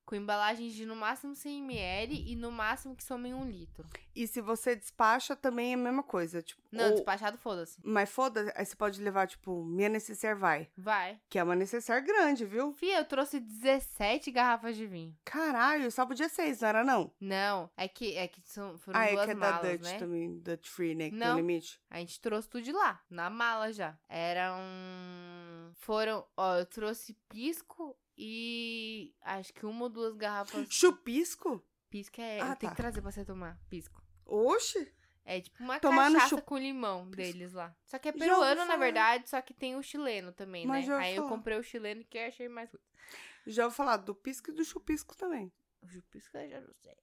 Speaker 1: com embalagens de no máximo 100 ml e no máximo que somem um litro.
Speaker 2: E se você despacha, também é a mesma coisa. Tipo,
Speaker 1: Não,
Speaker 2: ou-
Speaker 1: despachado, foda-se.
Speaker 2: Mas foda-se, aí você pode levar, tipo, minha necessaire vai.
Speaker 1: Vai.
Speaker 2: Que é uma necessaire grande, viu?
Speaker 1: Fia, eu trouxe 17 garrafas de vinho.
Speaker 2: Caralho, só podia seis, não era não?
Speaker 1: Não, é que, é que são, foram
Speaker 2: ah, é
Speaker 1: duas
Speaker 2: que é da
Speaker 1: malas,
Speaker 2: Dutch
Speaker 1: né?
Speaker 2: também, Dutch Free, né? Que tem
Speaker 1: Não.
Speaker 2: um limite.
Speaker 1: A gente trouxe tudo de lá, na mala já. Eram. Foram. Ó, eu trouxe pisco e. Acho que uma ou duas garrafas.
Speaker 2: Chupisco?
Speaker 1: Pisco é.
Speaker 2: Ah,
Speaker 1: tem
Speaker 2: tá.
Speaker 1: que trazer pra você tomar pisco.
Speaker 2: Oxe!
Speaker 1: É tipo uma
Speaker 2: Tomar no
Speaker 1: cachaça
Speaker 2: chup-
Speaker 1: com limão deles lá. Só que é
Speaker 2: Já ouvi
Speaker 1: peruano, na
Speaker 2: falar.
Speaker 1: verdade, só que tem o chileno também,
Speaker 2: Mas já
Speaker 1: né?
Speaker 2: ouvi
Speaker 1: Aí eu
Speaker 2: falar.
Speaker 1: comprei o chileno que eu achei mais. ruim.
Speaker 2: Já vou falar do pisco e do chupisco também.
Speaker 1: O pisco eu já não sei.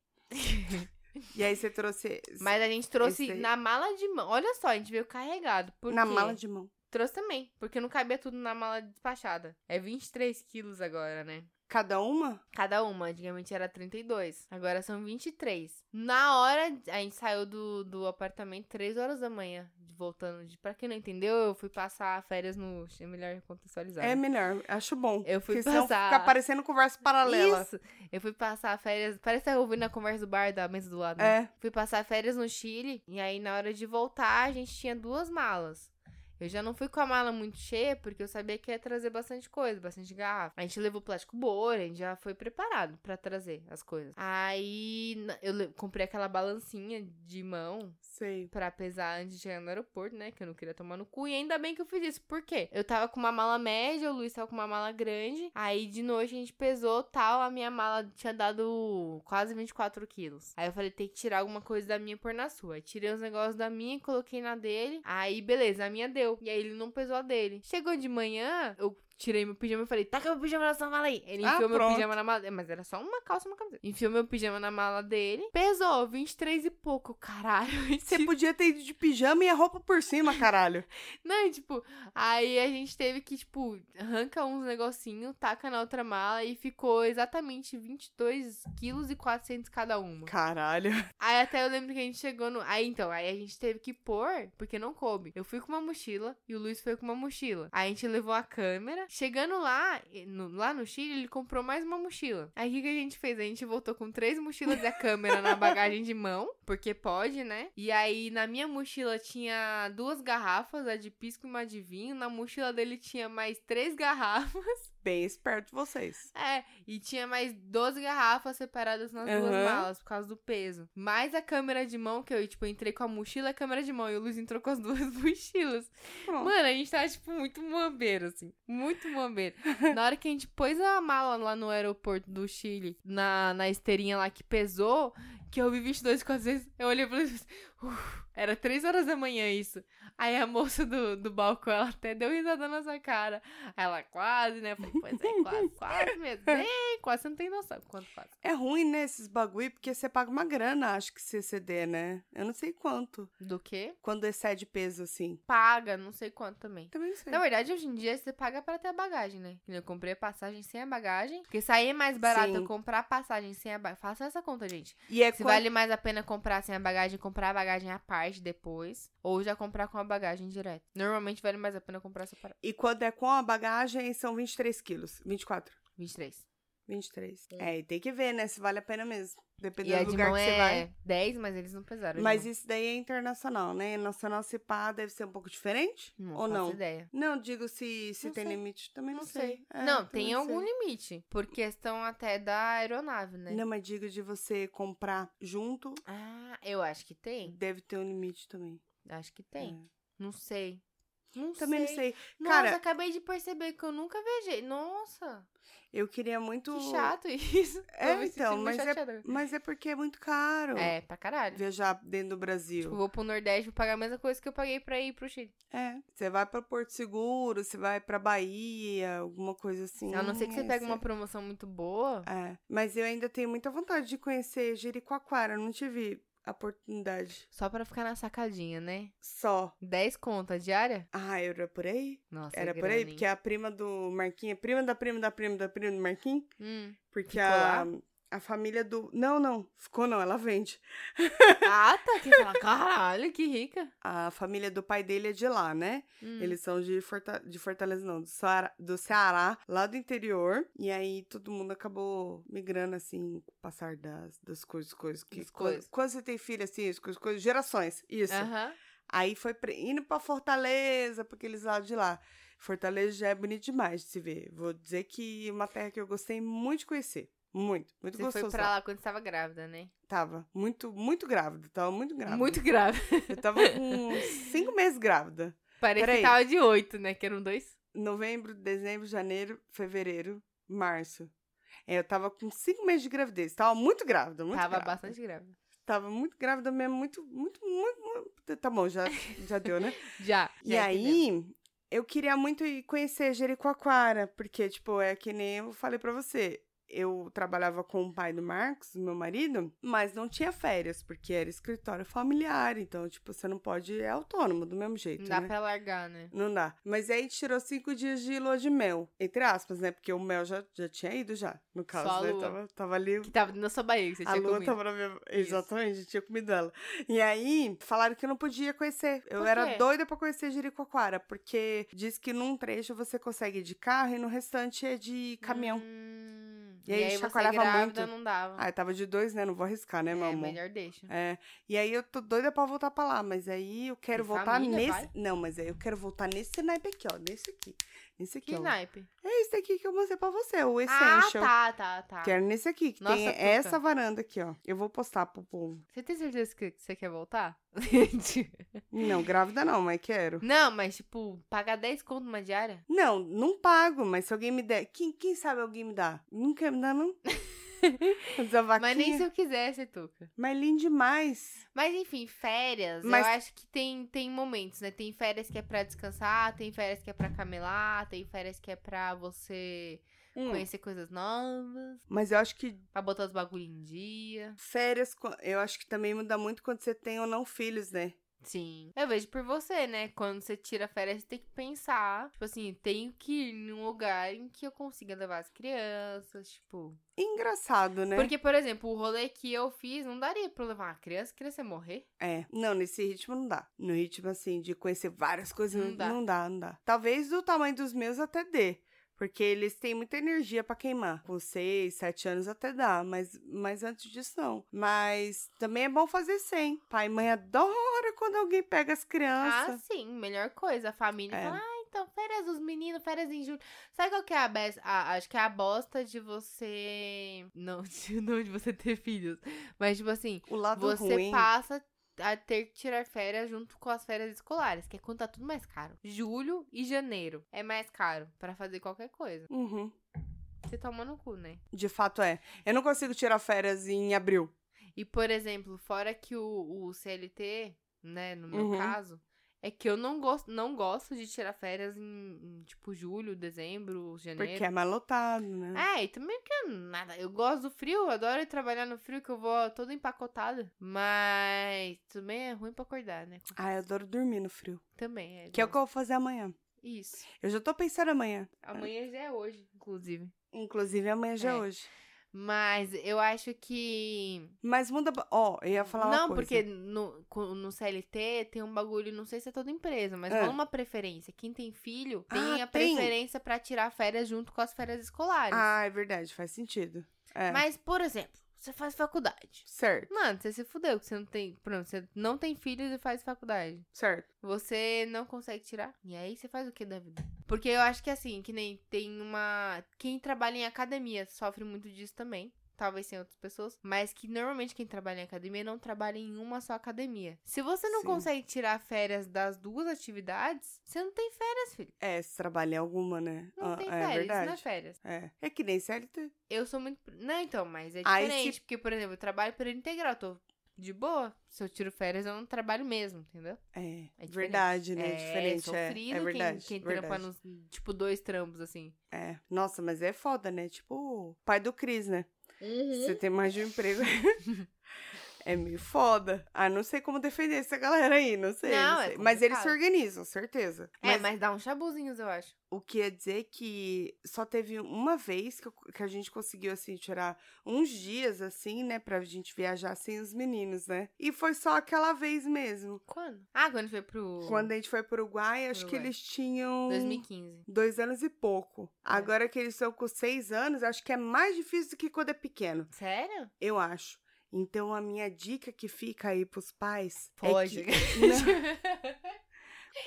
Speaker 2: E aí você trouxe
Speaker 1: Mas a gente trouxe
Speaker 2: esse aí-
Speaker 1: na mala de mão. Olha só, a gente veio carregado. Por
Speaker 2: na
Speaker 1: quê?
Speaker 2: mala de mão.
Speaker 1: Trouxe também, porque não cabia tudo na mala despachada. É 23 quilos agora, né?
Speaker 2: Cada uma?
Speaker 1: Cada uma, antigamente era 32, agora são 23. Na hora, a gente saiu do, do apartamento 3 horas da manhã, de- voltando de... Pra quem não entendeu, eu fui passar férias no... É melhor contextualizar.
Speaker 2: É
Speaker 1: né?
Speaker 2: melhor, acho bom.
Speaker 1: Eu fui
Speaker 2: porque senão
Speaker 1: passar-
Speaker 2: fica parecendo conversa paralela.
Speaker 1: Isso! Eu fui passar férias... Parece que eu ouvi na conversa do bar, da mesa do lado, né?
Speaker 2: É.
Speaker 1: Fui passar férias no Chile, e aí na hora de voltar, a gente tinha duas malas. Eu já não fui com a mala muito cheia, porque eu sabia que ia trazer bastante coisa, bastante garrafa. A gente levou plástico bolha, a gente já foi preparado pra trazer as coisas. Aí na- eu le- comprei aquela balancinha de mão
Speaker 2: Sei.
Speaker 1: pra pesar antes de chegar no aeroporto, né? Que eu não queria tomar no cu. E ainda bem que eu fiz isso. Por quê? Eu tava com uma mala média, o Luiz tava com uma mala grande. Aí de noite a gente pesou tal. A minha mala tinha dado quase 24 quilos. Aí eu falei, tem que tirar alguma coisa da minha e pôr na sua. Aí tirei os negócios da minha e coloquei na dele. Aí beleza, a minha deu. E aí ele não pesou a dele. Chegou de manhã, eu. Tirei meu pijama e falei, taca meu pijama na sua mala aí. Ele
Speaker 2: Ah,
Speaker 1: enfiou meu
Speaker 2: pronto.
Speaker 1: pijama na mala. Mas era só uma calça e uma camiseta. Enfiou meu pijama na mala dele. Pesou 23 e pouco, caralho. é
Speaker 2: Você podia ter ido de pijama e a roupa por cima, caralho.
Speaker 1: Não, e, tipo, aí a gente teve que, tipo, arranca uns negocinhos, taca na outra mala e ficou exatamente 22 quilos e 400 cada uma.
Speaker 2: Caralho.
Speaker 1: Aí até eu lembro que a gente chegou no... Aí então, aí a gente teve que pôr, porque não coube. Eu fui com uma mochila e o Luiz foi com uma mochila. Aí a gente levou a câmera. Chegando lá, e- no- lá no Chile, ele comprou mais uma mochila. Aí o que, que a gente fez? A gente voltou com três mochilas e a câmera na bagagem de mão, porque pode, né? E aí na minha mochila tinha duas garrafas, a de pisco e uma de vinho. Na mochila dele tinha mais três garrafas.
Speaker 2: Bem esperto de vocês.
Speaker 1: É, e tinha mais 12 garrafas separadas nas
Speaker 2: Aham.
Speaker 1: duas malas, por causa do peso. Mais a câmera de mão, que eu, tipo, entrei com a mochila e a câmera de mão, e o Luiz entrou com as duas mochilas.
Speaker 2: Pronto.
Speaker 1: Mano, a gente tava, tipo, muito mambeiro, assim. Muito mambeiro. na hora que a gente pôs a mala lá no aeroporto do Chile, na, na esteirinha lá que pesou, que eu vi 22 com vezes, eu olhei pra Luiz e falei, "Uf, era 3 horas da manhã isso. Aí a moça do, do balcão, ela até deu risada na sua cara. Aí ela quase, né? Eu falei, pois é, quase, quase mesmo. Bem, quase, você não tem noção quanto quase.
Speaker 2: É ruim, né, esses bagulho, porque você paga uma grana, acho que se ceder, né? Eu não sei quanto.
Speaker 1: Do que?
Speaker 2: Quando excede peso, assim.
Speaker 1: Paga, não sei quanto também.
Speaker 2: Também não sei.
Speaker 1: Na verdade, hoje em dia, você paga pra ter a bagagem, né? Eu comprei a passagem sem a bagagem. Porque sair é mais barato
Speaker 2: Sim.
Speaker 1: eu comprar a passagem sem a bagagem. Faça essa conta, gente.
Speaker 2: E é
Speaker 1: Se
Speaker 2: quanto-
Speaker 1: vale mais a pena comprar sem a bagagem, comprar a bagagem à parte depois. Ou já comprar com a bagagem direto. Normalmente vale mais a pena comprar separado.
Speaker 2: E quando é com a bagagem, são 23 quilos. 24.
Speaker 1: 23.
Speaker 2: 23. É, e tem que ver, né? Se vale a pena mesmo.
Speaker 1: E
Speaker 2: Dependendo
Speaker 1: a
Speaker 2: do
Speaker 1: de
Speaker 2: lugar
Speaker 1: mão
Speaker 2: que você
Speaker 1: é
Speaker 2: vai.
Speaker 1: 10, mas eles não pesaram. de
Speaker 2: Mas
Speaker 1: mão.
Speaker 2: isso daí é internacional, né? Nacional se pá deve ser um pouco diferente? ou
Speaker 1: faço
Speaker 2: não?
Speaker 1: ideia.
Speaker 2: Não, digo se, se
Speaker 1: Não
Speaker 2: tem
Speaker 1: sei.
Speaker 2: limite, também não,
Speaker 1: Não sei.
Speaker 2: É,
Speaker 1: não,
Speaker 2: também
Speaker 1: tem algum
Speaker 2: sei.
Speaker 1: limite. Por questão até da aeronave, né?
Speaker 2: Não, mas digo de você comprar junto,
Speaker 1: Ah, eu acho que tem.
Speaker 2: deve ter um limite também.
Speaker 1: Acho que tem.
Speaker 2: É.
Speaker 1: Não sei. Não sei.
Speaker 2: Também não sei.
Speaker 1: Nossa,
Speaker 2: Cara-
Speaker 1: acabei de perceber que eu nunca viajei. Nossa,
Speaker 2: Eu queria muito.
Speaker 1: que chato isso.
Speaker 2: É,
Speaker 1: Tô me
Speaker 2: então,
Speaker 1: sentindo meio
Speaker 2: mas é-
Speaker 1: chateada.
Speaker 2: Mas é porque é muito caro
Speaker 1: É, pra caralho.
Speaker 2: viajar dentro do Brasil.
Speaker 1: Tipo, vou pro Nordeste, vou pagar a mesma coisa que eu paguei pra ir pro Chile.
Speaker 2: É. Você vai pra Porto Seguro, você vai pra Bahia, alguma coisa assim.
Speaker 1: a não ser que você
Speaker 2: aí
Speaker 1: pegue uma promoção muito boa.
Speaker 2: É. Mas eu ainda tenho muita vontade de conhecer Jericoacoara. eu Não tive a oportunidade.
Speaker 1: Só pra ficar na sacadinha, né?
Speaker 2: Só.
Speaker 1: 10 contas diária?
Speaker 2: Ah, era por aí?
Speaker 1: Nossa,
Speaker 2: Era
Speaker 1: é
Speaker 2: por aí?
Speaker 1: grana, hein?
Speaker 2: Porque a prima do Marquinhos, é prima da prima da prima da prima do Marquinhos,
Speaker 1: Hum.
Speaker 2: porque
Speaker 1: Ficou
Speaker 2: a,
Speaker 1: lá?
Speaker 2: a família do. Não, não, ficou não, ela vende.
Speaker 1: Ah, tá. Que fala, caralho, que rica.
Speaker 2: A família do pai dele é de lá, né?
Speaker 1: Hum.
Speaker 2: Eles são de, Forta... de Fortaleza, não, do Ceará, do Ceará, lá do interior. E aí todo mundo acabou migrando, assim, com o passar das, das coisas, coisas que.
Speaker 1: Das
Speaker 2: quando,
Speaker 1: coisas.
Speaker 2: quando você tem filho, assim, as coisas, coisas, gerações, isso.
Speaker 1: Aham.
Speaker 2: Aí foi pre- indo pra Fortaleza, pra aqueles lados de lá. Fortaleza já é bonito demais de se ver. Vou dizer que é uma terra que eu gostei muito de conhecer. Muito, muito
Speaker 1: Você
Speaker 2: gostoso.
Speaker 1: foi pra lá quando você tava grávida, né?
Speaker 2: Tava muito, muito grávida. Tava muito grávida.
Speaker 1: Muito grávida.
Speaker 2: Eu tava com cinco meses grávida.
Speaker 1: Parecia
Speaker 2: Peraí.
Speaker 1: que tava de 8, né? Que eram dois.
Speaker 2: Novembro, dezembro, janeiro, fevereiro, março. É, eu tava com cinco meses de gravidez. Tava muito grávida, muito
Speaker 1: tava
Speaker 2: grávida.
Speaker 1: bastante grávida.
Speaker 2: Tava muito grávida mesmo, muito, muito, muito. muito- Tá bom, já, já deu, né?
Speaker 1: Já.
Speaker 2: E
Speaker 1: já entendemos.
Speaker 2: aí, eu queria muito ir conhecer Jericoacoara, porque, tipo, é que nem eu falei pra você. Eu trabalhava com o pai do Marcos, meu marido, mas não tinha férias, porque era escritório familiar. Então, tipo, você não pode. É autônomo do mesmo jeito.
Speaker 1: Não dá
Speaker 2: né?
Speaker 1: pra largar, né?
Speaker 2: Não dá. Mas aí tirou cinco dias de lua de mel. Entre aspas, né? Porque o mel já, já tinha ido já. No caso,
Speaker 1: Só a
Speaker 2: né?
Speaker 1: lua.
Speaker 2: Tava, tava ali.
Speaker 1: Que tava na sua barriga, que você
Speaker 2: A
Speaker 1: tinha
Speaker 2: lua
Speaker 1: comido.
Speaker 2: tava na minha. Exatamente, eu tinha comido ela. E aí, falaram que eu não podia conhecer. Eu
Speaker 1: Por
Speaker 2: era
Speaker 1: quê?
Speaker 2: doida pra conhecer Jericoacoara, porque diz que num trecho você consegue ir de carro e no restante é de caminhão.
Speaker 1: Hum,
Speaker 2: E aí
Speaker 1: você
Speaker 2: chacoalhava
Speaker 1: grávida,
Speaker 2: muito.
Speaker 1: não dava.
Speaker 2: Ah, eu tava de dois, né? Não vou arriscar, né, meu
Speaker 1: é,
Speaker 2: amor?
Speaker 1: melhor deixa.
Speaker 2: É. E aí eu tô doida pra voltar pra lá, mas aí eu quero
Speaker 1: E
Speaker 2: voltar
Speaker 1: família,
Speaker 2: nesse.
Speaker 1: vai?
Speaker 2: Não, mas aí eu quero voltar nesse naipe aqui, ó. Nesse aqui. Nesse aqui,
Speaker 1: Que
Speaker 2: ó.
Speaker 1: naipe.
Speaker 2: É esse aqui que eu mostrei pra você, o
Speaker 1: Ah,
Speaker 2: Essential.
Speaker 1: tá, tá, tá.
Speaker 2: Quero nesse aqui, que
Speaker 1: Nossa,
Speaker 2: tem
Speaker 1: Tuca.
Speaker 2: essa varanda aqui, ó. Eu vou postar pro povo.
Speaker 1: Você tem certeza que você quer voltar?
Speaker 2: Não, grávida não, mas quero.
Speaker 1: não, mas tipo, pagar 10 conto uma diária?
Speaker 2: Não, não pago, mas se alguém me der. Quem, quem sabe alguém me dá? Não quer me dar, não? Essa vaquinha.
Speaker 1: Mas nem se eu quisesse, Tuca.
Speaker 2: Mas lindo demais.
Speaker 1: Mas enfim, férias.
Speaker 2: Mas-
Speaker 1: Eu acho que tem, tem momentos, né? Tem férias que é pra descansar, tem férias que é pra camelar, tem férias que é pra você
Speaker 2: Hum.
Speaker 1: conhecer coisas novas,
Speaker 2: Mas eu acho que
Speaker 1: pra botar os bagulho em dia.
Speaker 2: férias, co- eu acho que também muda muito quando você tem ou não filhos, né?
Speaker 1: Sim. Eu vejo por você, né? Quando você tira férias, você tem que pensar. Tipo assim, tenho que ir num lugar em que eu consiga levar as crianças, tipo.
Speaker 2: Engraçado, né?
Speaker 1: Porque, por exemplo, o rolê que eu fiz não daria pra eu levar uma criança, criança ia morrer.
Speaker 2: É. Não, nesse ritmo não dá. No ritmo, assim, de conhecer várias coisas, não,
Speaker 1: Não
Speaker 2: não dá.
Speaker 1: dá.
Speaker 2: não dá, Talvez do tamanho dos meus até dê. Porque eles têm muita energia pra queimar. Com seis, sete anos até dá, mas, mas antes disso não. Mas também é bom fazer sem. Pai e mãe adora quando alguém pega as
Speaker 1: Ah,
Speaker 2: crianças.
Speaker 1: sim, melhor coisa. A família
Speaker 2: É.
Speaker 1: fala, ah, então, férias dos meninos, férias em julho. Sabe qual que é a besta? acho que é a bosta de você. Não, de, não de você ter filhos. Mas, tipo assim,
Speaker 2: o lado
Speaker 1: você
Speaker 2: ruim.
Speaker 1: passa a ter que tirar férias junto com as férias escolares, que é quando tá tudo mais caro. Julho e janeiro é mais caro pra fazer qualquer coisa.
Speaker 2: Uhum.
Speaker 1: Você toma no cu, né?
Speaker 2: De fato é. Eu não consigo tirar férias em abril.
Speaker 1: E, por exemplo, fora que o, o CLT, né, no meu
Speaker 2: Uhum.
Speaker 1: caso, é que eu não gosto, não gosto de tirar férias em, em, tipo, julho, dezembro, janeiro.
Speaker 2: Porque é mais lotado, né?
Speaker 1: É, e também que nada. Eu gosto do frio, eu adoro ir trabalhar no frio, que eu vou toda empacotada. Mas também é ruim pra acordar, né?
Speaker 2: Ah, eu adoro dormir no frio.
Speaker 1: Também é.
Speaker 2: Que é o que
Speaker 1: gosto.
Speaker 2: eu vou fazer amanhã.
Speaker 1: Isso.
Speaker 2: Eu já tô pensando amanhã.
Speaker 1: Amanhã já é hoje, inclusive.
Speaker 2: Inclusive, amanhã já é
Speaker 1: É.
Speaker 2: hoje.
Speaker 1: Mas eu acho que.
Speaker 2: Mas muda. ba- Ó, eu ia falar
Speaker 1: não,
Speaker 2: uma coisa.
Speaker 1: porque no, com- no CLT tem um bagulho, não sei se é toda empresa, mas
Speaker 2: Ah.
Speaker 1: rola uma preferência. Quem tem filho tem
Speaker 2: Ah,
Speaker 1: a
Speaker 2: tem.
Speaker 1: preferência pra tirar férias junto com as férias escolares.
Speaker 2: Ah, é verdade, faz sentido. É.
Speaker 1: Mas, por exemplo, você faz faculdade.
Speaker 2: Certo,
Speaker 1: Mano, você se fudeu, que você não tem. Pronto, você não tem filhos e faz faculdade.
Speaker 2: certo.
Speaker 1: Você não consegue tirar. E aí você faz o que da vida? Porque eu acho que assim, que nem tem uma. Quem trabalha em academia sofre muito disso também. Talvez sem outras pessoas. Mas que normalmente quem trabalha em academia não trabalha em uma só academia. Se você não
Speaker 2: Sim.
Speaker 1: consegue tirar férias das duas atividades, você não tem férias, filho.
Speaker 2: É, se trabalha em alguma, né?
Speaker 1: Não
Speaker 2: Ah,
Speaker 1: tem
Speaker 2: é
Speaker 1: férias, isso não é
Speaker 2: verdade.
Speaker 1: férias.
Speaker 2: É. É que nem CLT.
Speaker 1: Eu sou muito. Não, então, mas é
Speaker 2: Aí
Speaker 1: diferente.
Speaker 2: se-
Speaker 1: Porque, por exemplo, eu trabalho período integral. eu Tô de boa. Se eu tiro férias, eu não trabalho mesmo, entendeu?
Speaker 2: É,
Speaker 1: É diferente.
Speaker 2: verdade, né? diferente, é.
Speaker 1: sofrido
Speaker 2: É
Speaker 1: quem-
Speaker 2: verdade.
Speaker 1: quem, trampa
Speaker 2: verdade.
Speaker 1: nos, tipo, dois trampos, assim.
Speaker 2: É. Nossa, mas é foda, né? Tipo, o pai do Cris, né? Você
Speaker 1: Uhum.
Speaker 2: tem mais de um emprego. é meio foda. Ah, não sei como defender essa galera aí, não sei.
Speaker 1: Não, é
Speaker 2: sei. mas eles se
Speaker 1: complicado.
Speaker 2: organizam, certeza.
Speaker 1: É, mas dá uns chabuzinhos, eu acho.
Speaker 2: O que ia dizer que só teve uma vez que, eu- que a gente conseguiu, assim, tirar uns dias, assim, né? Pra gente viajar sem os meninos, né? E foi só aquela vez mesmo.
Speaker 1: Quando? Ah, quando foi pro.
Speaker 2: Quando é um a gente foi pro Uruguai, acho que
Speaker 1: Uruguai.
Speaker 2: eles tinham...
Speaker 1: 2015.
Speaker 2: Dois anos e pouco. Agora que eles estão com seis anos, acho que é mais difícil do que quando é pequeno.
Speaker 1: Sério?
Speaker 2: Eu acho. Então, a minha dica que fica aí pros pais
Speaker 1: Pode.
Speaker 2: é que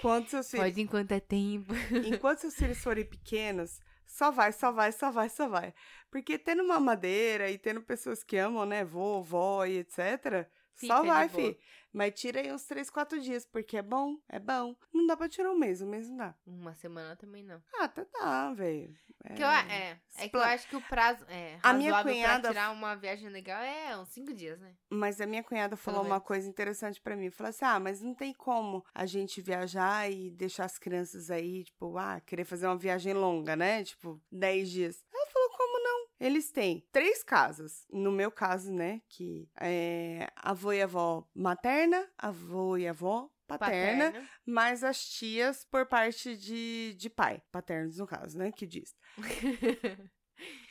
Speaker 2: quando seus filhos,
Speaker 1: Pode enquanto é tempo.
Speaker 2: enquanto seus filhos forem pequenos, só vai, só vai, só vai, só vai. Porque tendo uma madeira e tendo pessoas que amam, né, vô, vó e etc.,
Speaker 1: Fica
Speaker 2: só
Speaker 1: de
Speaker 2: vai,
Speaker 1: boa.
Speaker 2: fi. Mas tira aí uns três, quatro dias, porque é bom, é bom. Não dá pra tirar um mês, um mês não dá.
Speaker 1: Uma semana também não.
Speaker 2: Ah, até dá, velho.
Speaker 1: Que eu, a- é, é que eu
Speaker 2: Expla-
Speaker 1: acho que o prazo. É,
Speaker 2: A minha
Speaker 1: razoável pra
Speaker 2: cunhada-
Speaker 1: tirar uma viagem legal é uns cinco dias, né?
Speaker 2: Mas a minha cunhada falou uma
Speaker 1: menos.
Speaker 2: coisa interessante pra mim. Falou assim: ah, mas não tem como a gente viajar e deixar as crianças aí, tipo, ah, querer fazer uma viagem longa, né? Tipo, 10 dias. Ela falou: como não? Eles têm três casas. No meu caso, né? Que é avô e avó materna, avô e avó paterna, mais as tias por parte de, de pai. Paternos, no caso, né? Que diz.
Speaker 1: Paterna.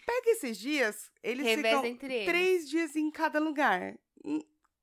Speaker 2: Pega esses dias, eles
Speaker 1: Reveza
Speaker 2: ficam
Speaker 1: entre eles.
Speaker 2: três dias em cada lugar. Hum,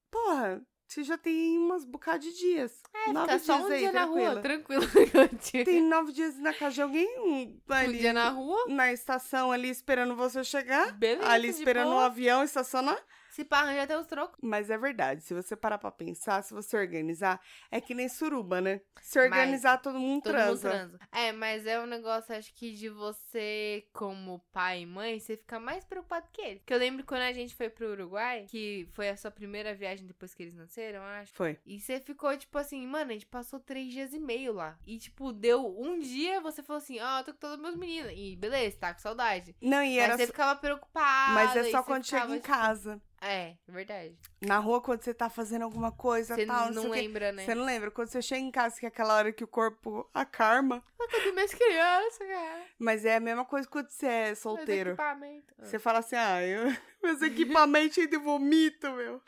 Speaker 2: Porra, você já tem umas bocadas de dias.
Speaker 1: É,
Speaker 2: nove
Speaker 1: fica só
Speaker 2: dias
Speaker 1: um
Speaker 2: aí,
Speaker 1: dia na
Speaker 2: tranquila.
Speaker 1: rua, tranquilo.
Speaker 2: Tem nove dias na casa de alguém, um
Speaker 1: um
Speaker 2: ali
Speaker 1: dia na rua,
Speaker 2: na estação ali esperando você chegar,
Speaker 1: beleza.
Speaker 2: ali
Speaker 1: de
Speaker 2: esperando o
Speaker 1: boa.
Speaker 2: avião estacionar.
Speaker 1: Se pá, arranja até os trocos.
Speaker 2: Mas é verdade, se você parar pra pensar, se você organizar, é que nem suruba, né? Se organizar, todo mundo
Speaker 1: Todo
Speaker 2: transa.
Speaker 1: mundo transa. É, mas é um negócio, acho que de você, como pai e mãe, você fica mais preocupado que eles. Que eu lembro quando a gente foi pro Uruguai, que foi a sua primeira viagem depois que eles nasceram, acho.
Speaker 2: Foi.
Speaker 1: E você ficou, tipo assim, mano, a gente passou três dias e meio lá. E, tipo, deu um dia, você falou assim, ó, tô com todos meus meninos. E beleza, tá com saudade.
Speaker 2: Não, e
Speaker 1: Mas
Speaker 2: era.
Speaker 1: você
Speaker 2: só-
Speaker 1: ficava preocupada.
Speaker 2: Mas é
Speaker 1: e
Speaker 2: só
Speaker 1: você
Speaker 2: quando chega
Speaker 1: ficava,
Speaker 2: em
Speaker 1: tipo,
Speaker 2: casa.
Speaker 1: É, verdade.
Speaker 2: Na rua, quando você tá fazendo alguma coisa,
Speaker 1: Você
Speaker 2: tal,
Speaker 1: não
Speaker 2: sei o quê.
Speaker 1: lembra, né?
Speaker 2: Você não lembra? Quando você chega em casa, que é aquela hora que o corpo, a karma.
Speaker 1: Eu tô com minhas crianças, cara.
Speaker 2: Mas é a mesma coisa quando você é solteiro.
Speaker 1: Meus equipamentos.
Speaker 2: Você fala assim, ah, eu, meus equipamentos ainda vomito, meu.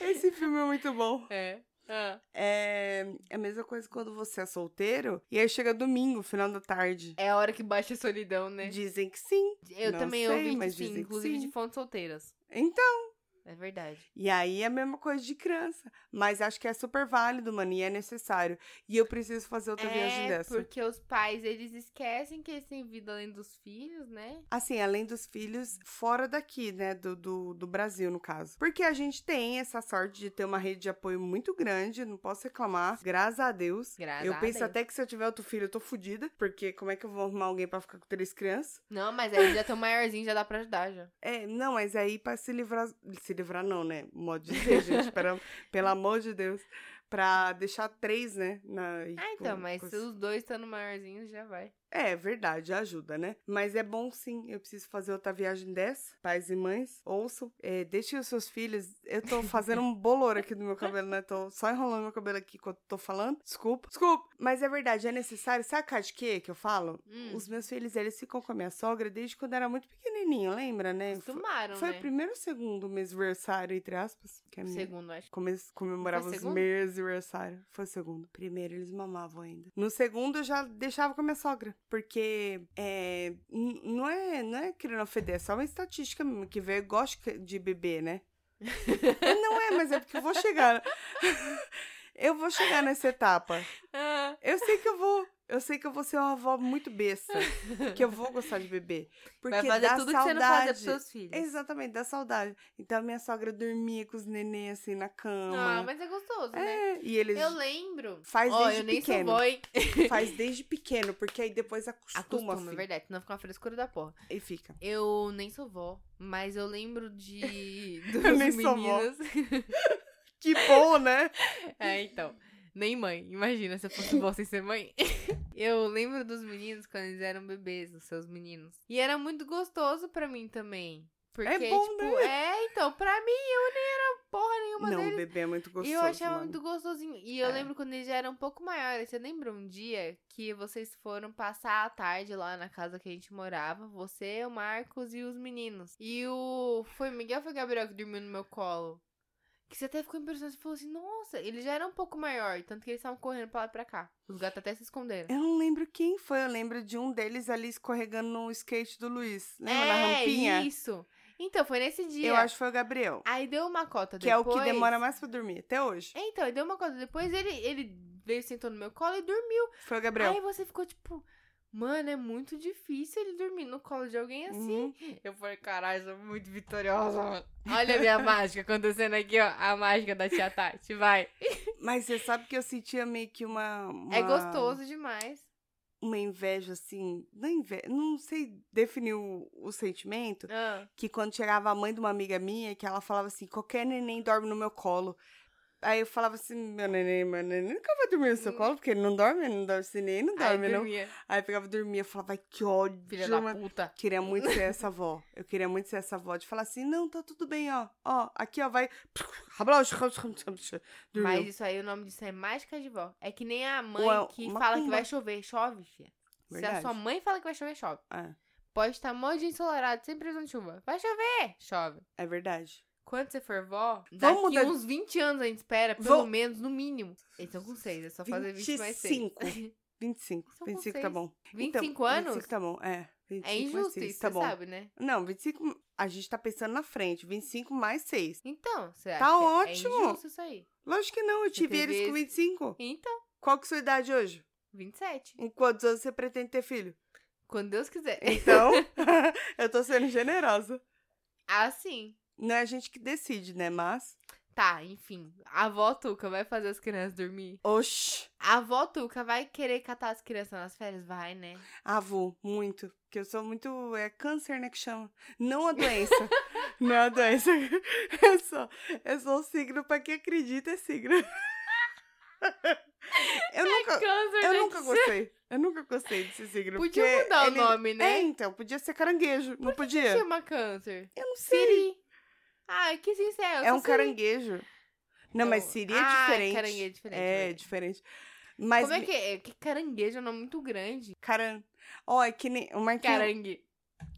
Speaker 2: Esse filme é muito bom.
Speaker 1: É. Ah.
Speaker 2: É é a mesma coisa quando você é solteiro e aí chega domingo, final da tarde.
Speaker 1: É a hora que baixa a solidão, né?
Speaker 2: Dizem que sim.
Speaker 1: Eu
Speaker 2: Não
Speaker 1: também
Speaker 2: sei,
Speaker 1: ouvi que
Speaker 2: mas
Speaker 1: sim,
Speaker 2: dizem que
Speaker 1: inclusive
Speaker 2: sim.
Speaker 1: de fontes solteiras.
Speaker 2: Então.
Speaker 1: É verdade.
Speaker 2: E aí é a mesma coisa de criança. Mas acho que é super válido, mano, e é necessário. E eu preciso fazer outra viagem
Speaker 1: É,
Speaker 2: dessa.
Speaker 1: porque os pais, eles esquecem que eles têm vida além dos filhos, né?
Speaker 2: Assim, além dos filhos fora daqui, né? Do, do, do Brasil, no caso. Porque a gente tem essa sorte de ter uma rede de apoio muito grande, não posso reclamar. Graças a Deus.
Speaker 1: Graças
Speaker 2: eu
Speaker 1: a
Speaker 2: penso
Speaker 1: Deus.
Speaker 2: até que se eu tiver outro filho, eu tô fodida. Porque como é que eu vou arrumar alguém pra ficar com três crianças?
Speaker 1: Não, mas aí já tão maiorzinho, já dá pra ajudar, já.
Speaker 2: É, não, mas aí pra se livrar. Se livrar, não, né? Modo de dizer, gente. Pera, pelo amor de Deus. Pra deixar três, né? Na, e
Speaker 1: Ah,
Speaker 2: com-
Speaker 1: então, mas
Speaker 2: com-
Speaker 1: se os dois estando maiorzinhos, já vai.
Speaker 2: É verdade, ajuda, né? Mas é bom sim, eu preciso fazer outra viagem dessa. Pais e mães, ouçam, é, deixem os seus filhos. Eu tô fazendo um bolor aqui do meu cabelo, né? Tô só enrolando meu cabelo aqui enquanto tô falando. Desculpa, desculpa. Mas é verdade, é necessário. Sabe a de quê que eu falo?
Speaker 1: Hum,
Speaker 2: Os meus filhos, eles ficam com a minha sogra desde quando era muito pequenininho, lembra, né? Foi,
Speaker 1: acostumaram,
Speaker 2: foi o
Speaker 1: né?
Speaker 2: primeiro ou segundo mês aniversário, entre aspas? Que é minha-
Speaker 1: Segundo, acho.
Speaker 2: Come comemorava
Speaker 1: Foi
Speaker 2: os
Speaker 1: segundo?
Speaker 2: meus aniversários. Foi o segundo. Primeiro eles mamavam ainda. No segundo eu já deixava com a minha sogra. Porque é, n- não é não é querendo ofender, é só uma estatística mesmo, que ver gosta de beber, né? não é, mas é porque eu vou chegar. eu vou chegar nessa etapa.
Speaker 1: Ah,
Speaker 2: Eu sei que eu vou. Eu sei que eu vou ser uma avó muito besta. Que eu vou gostar de beber. Porque
Speaker 1: vai fazer
Speaker 2: dá
Speaker 1: tudo que você
Speaker 2: saudade.
Speaker 1: não fazia pros seus filhos.
Speaker 2: Exatamente, dá saudade. Então a minha sogra dormia com os neném assim na
Speaker 1: Ah,
Speaker 2: cama.
Speaker 1: mas é gostoso, né?
Speaker 2: É, e eles
Speaker 1: Eu lembro.
Speaker 2: faz
Speaker 1: Ó,
Speaker 2: desde
Speaker 1: eu nem
Speaker 2: pequeno.
Speaker 1: sou vó, hein?
Speaker 2: Faz desde pequeno, porque aí depois acostuma,
Speaker 1: Acostuma, é
Speaker 2: filho,
Speaker 1: verdade. Senão fica uma frescura da porra.
Speaker 2: e fica.
Speaker 1: Eu nem sou vó, mas eu lembro de. Dos
Speaker 2: Eu nem sou vó.
Speaker 1: meninos.
Speaker 2: Que bom, né?
Speaker 1: É, então. Nem mãe. Imagina se eu fosse vó sem ser mãe. Eu lembro dos meninos quando eles eram bebês, os seus meninos. E era muito gostoso pra mim também. Porque,
Speaker 2: É bom, né?
Speaker 1: tipo, é, então, pra mim, eu nem era porra nenhuma
Speaker 2: não,
Speaker 1: deles.
Speaker 2: bebê é muito gostoso.
Speaker 1: E eu achava
Speaker 2: mano.
Speaker 1: muito gostosinho. E eu
Speaker 2: É.
Speaker 1: lembro quando eles já eram um pouco maiores. Você lembra um dia que vocês foram passar a tarde lá na casa que a gente morava? Você, o Marcos e os meninos. E o. Foi o Miguel ou foi o Gabriel que dormiu no meu colo? Que você até ficou impressionado. Você falou assim: nossa, ele já era um pouco maior. Tanto que eles estavam correndo pra lá e pra cá. Os gatos até se esconderam.
Speaker 2: Eu não lembro quem foi, eu lembro de um deles ali escorregando no skate do Luiz. Lembra na
Speaker 1: é,
Speaker 2: rampinha?
Speaker 1: isso. Então, foi nesse dia.
Speaker 2: Eu acho que foi o Gabriel.
Speaker 1: Aí deu uma cota
Speaker 2: Que é o que
Speaker 1: Ah, depois.
Speaker 2: demora mais pra dormir, até hoje.
Speaker 1: Então, aí deu uma cota depois. Ele, ele veio, sentou no meu colo e dormiu.
Speaker 2: Foi o Gabriel.
Speaker 1: Aí você ficou tipo, mano, é muito difícil ele dormir no colo de alguém assim.
Speaker 2: Uhum.
Speaker 1: Eu falei, caralho, sou muito vitoriosa, mano. Olha a minha mágica acontecendo aqui, ó. A mágica da tia Tati, vai.
Speaker 2: Mas você sabe que eu sentia meio que uma. uma-
Speaker 1: É gostoso demais.
Speaker 2: Uma inveja, assim. Não, inveja, não sei definir o, o sentimento.
Speaker 1: Ah.
Speaker 2: Que quando chegava a mãe de uma amiga minha, que ela falava assim: qualquer neném dorme no meu colo. Aí eu falava assim: meu neném, meu neném nunca vai dormir no seu
Speaker 1: Hum.
Speaker 2: colo, porque ele não dorme, ele não dorme, esse neném não
Speaker 1: Aí
Speaker 2: dorme, não.
Speaker 1: dormia.
Speaker 2: Aí eu pegava e dormia, eu falava, "Ai, que ódio.
Speaker 1: Filha da
Speaker 2: mano."
Speaker 1: puta.
Speaker 2: Queria muito ser essa avó. Eu queria muito ser essa avó de falar assim, não, tá tudo bem, ó. Ó, aqui, ó, vai. Dormiu.
Speaker 1: Mas isso aí, o nome disso é mágica de vó. É que nem a mãe
Speaker 2: Ou é
Speaker 1: que
Speaker 2: uma
Speaker 1: fala que
Speaker 2: pomba.
Speaker 1: vai chover. Chove, filha. Se a
Speaker 2: Verdade.
Speaker 1: sua mãe fala que vai chover, chove.
Speaker 2: É,
Speaker 1: Pode estar mó de ensolarado, sem previsão de chuva. Vai chover! Chove.
Speaker 2: é verdade.
Speaker 1: Quando você for vó, daqui
Speaker 2: Vamos mudar de-
Speaker 1: uns 20 anos a gente espera, pelo
Speaker 2: Vamos-
Speaker 1: menos, no mínimo. Eles estão com 6, é só fazer 20 mais 6.
Speaker 2: 25. 25.
Speaker 1: São com
Speaker 2: 25 tá
Speaker 1: seis.
Speaker 2: bom.
Speaker 1: 25
Speaker 2: Então,
Speaker 1: anos?
Speaker 2: 25 tá bom, é. 25
Speaker 1: É
Speaker 2: mais
Speaker 1: injusto
Speaker 2: seis,
Speaker 1: isso,
Speaker 2: tá
Speaker 1: você
Speaker 2: bom.
Speaker 1: sabe, né?
Speaker 2: Não, 25, a gente tá pensando na frente. 25 mais 6.
Speaker 1: Então, você acha
Speaker 2: Tá
Speaker 1: que
Speaker 2: ótimo.
Speaker 1: é injusto isso aí?
Speaker 2: Lógico que não, eu tive
Speaker 1: teve
Speaker 2: eles com
Speaker 1: esse-
Speaker 2: 25.
Speaker 1: Então,
Speaker 2: Qual que é a sua idade hoje?
Speaker 1: 27.
Speaker 2: Em quantos anos você pretende ter filho?
Speaker 1: Quando Deus quiser.
Speaker 2: Então, eu tô sendo generosa.
Speaker 1: Assim.
Speaker 2: Não é a gente que decide, né? Mas.
Speaker 1: Tá, enfim. A avó Tuca vai fazer as crianças dormir?
Speaker 2: Oxi!
Speaker 1: A avó Tuca vai querer catar as crianças nas férias? Vai, né?
Speaker 2: Avô, muito. Porque eu sou muito. É câncer, né? Que chama. Não a doença. Não é a doença. É só, é só o signo pra quem acredita, é signo. Eu nunca.
Speaker 1: Câncer,
Speaker 2: Eu
Speaker 1: gente.
Speaker 2: nunca gostei. Eu nunca gostei desse signo.
Speaker 1: Podia
Speaker 2: porque
Speaker 1: mudar
Speaker 2: ele-
Speaker 1: o nome, né?
Speaker 2: É, então, podia ser caranguejo. não podia?
Speaker 1: Chama câncer.
Speaker 2: Eu não sei.
Speaker 1: Siri. Ah, que sincero.
Speaker 2: É
Speaker 1: só
Speaker 2: um
Speaker 1: Siri.
Speaker 2: caranguejo. Não, mas seria
Speaker 1: ah,
Speaker 2: diferente.
Speaker 1: caranguejo é diferente,
Speaker 2: É,
Speaker 1: né?
Speaker 2: diferente. Mas
Speaker 1: Como é que é? Que caranguejo é um nome muito grande.
Speaker 2: Caran... Ó, é que nem... O Marquinhos,
Speaker 1: Carangue.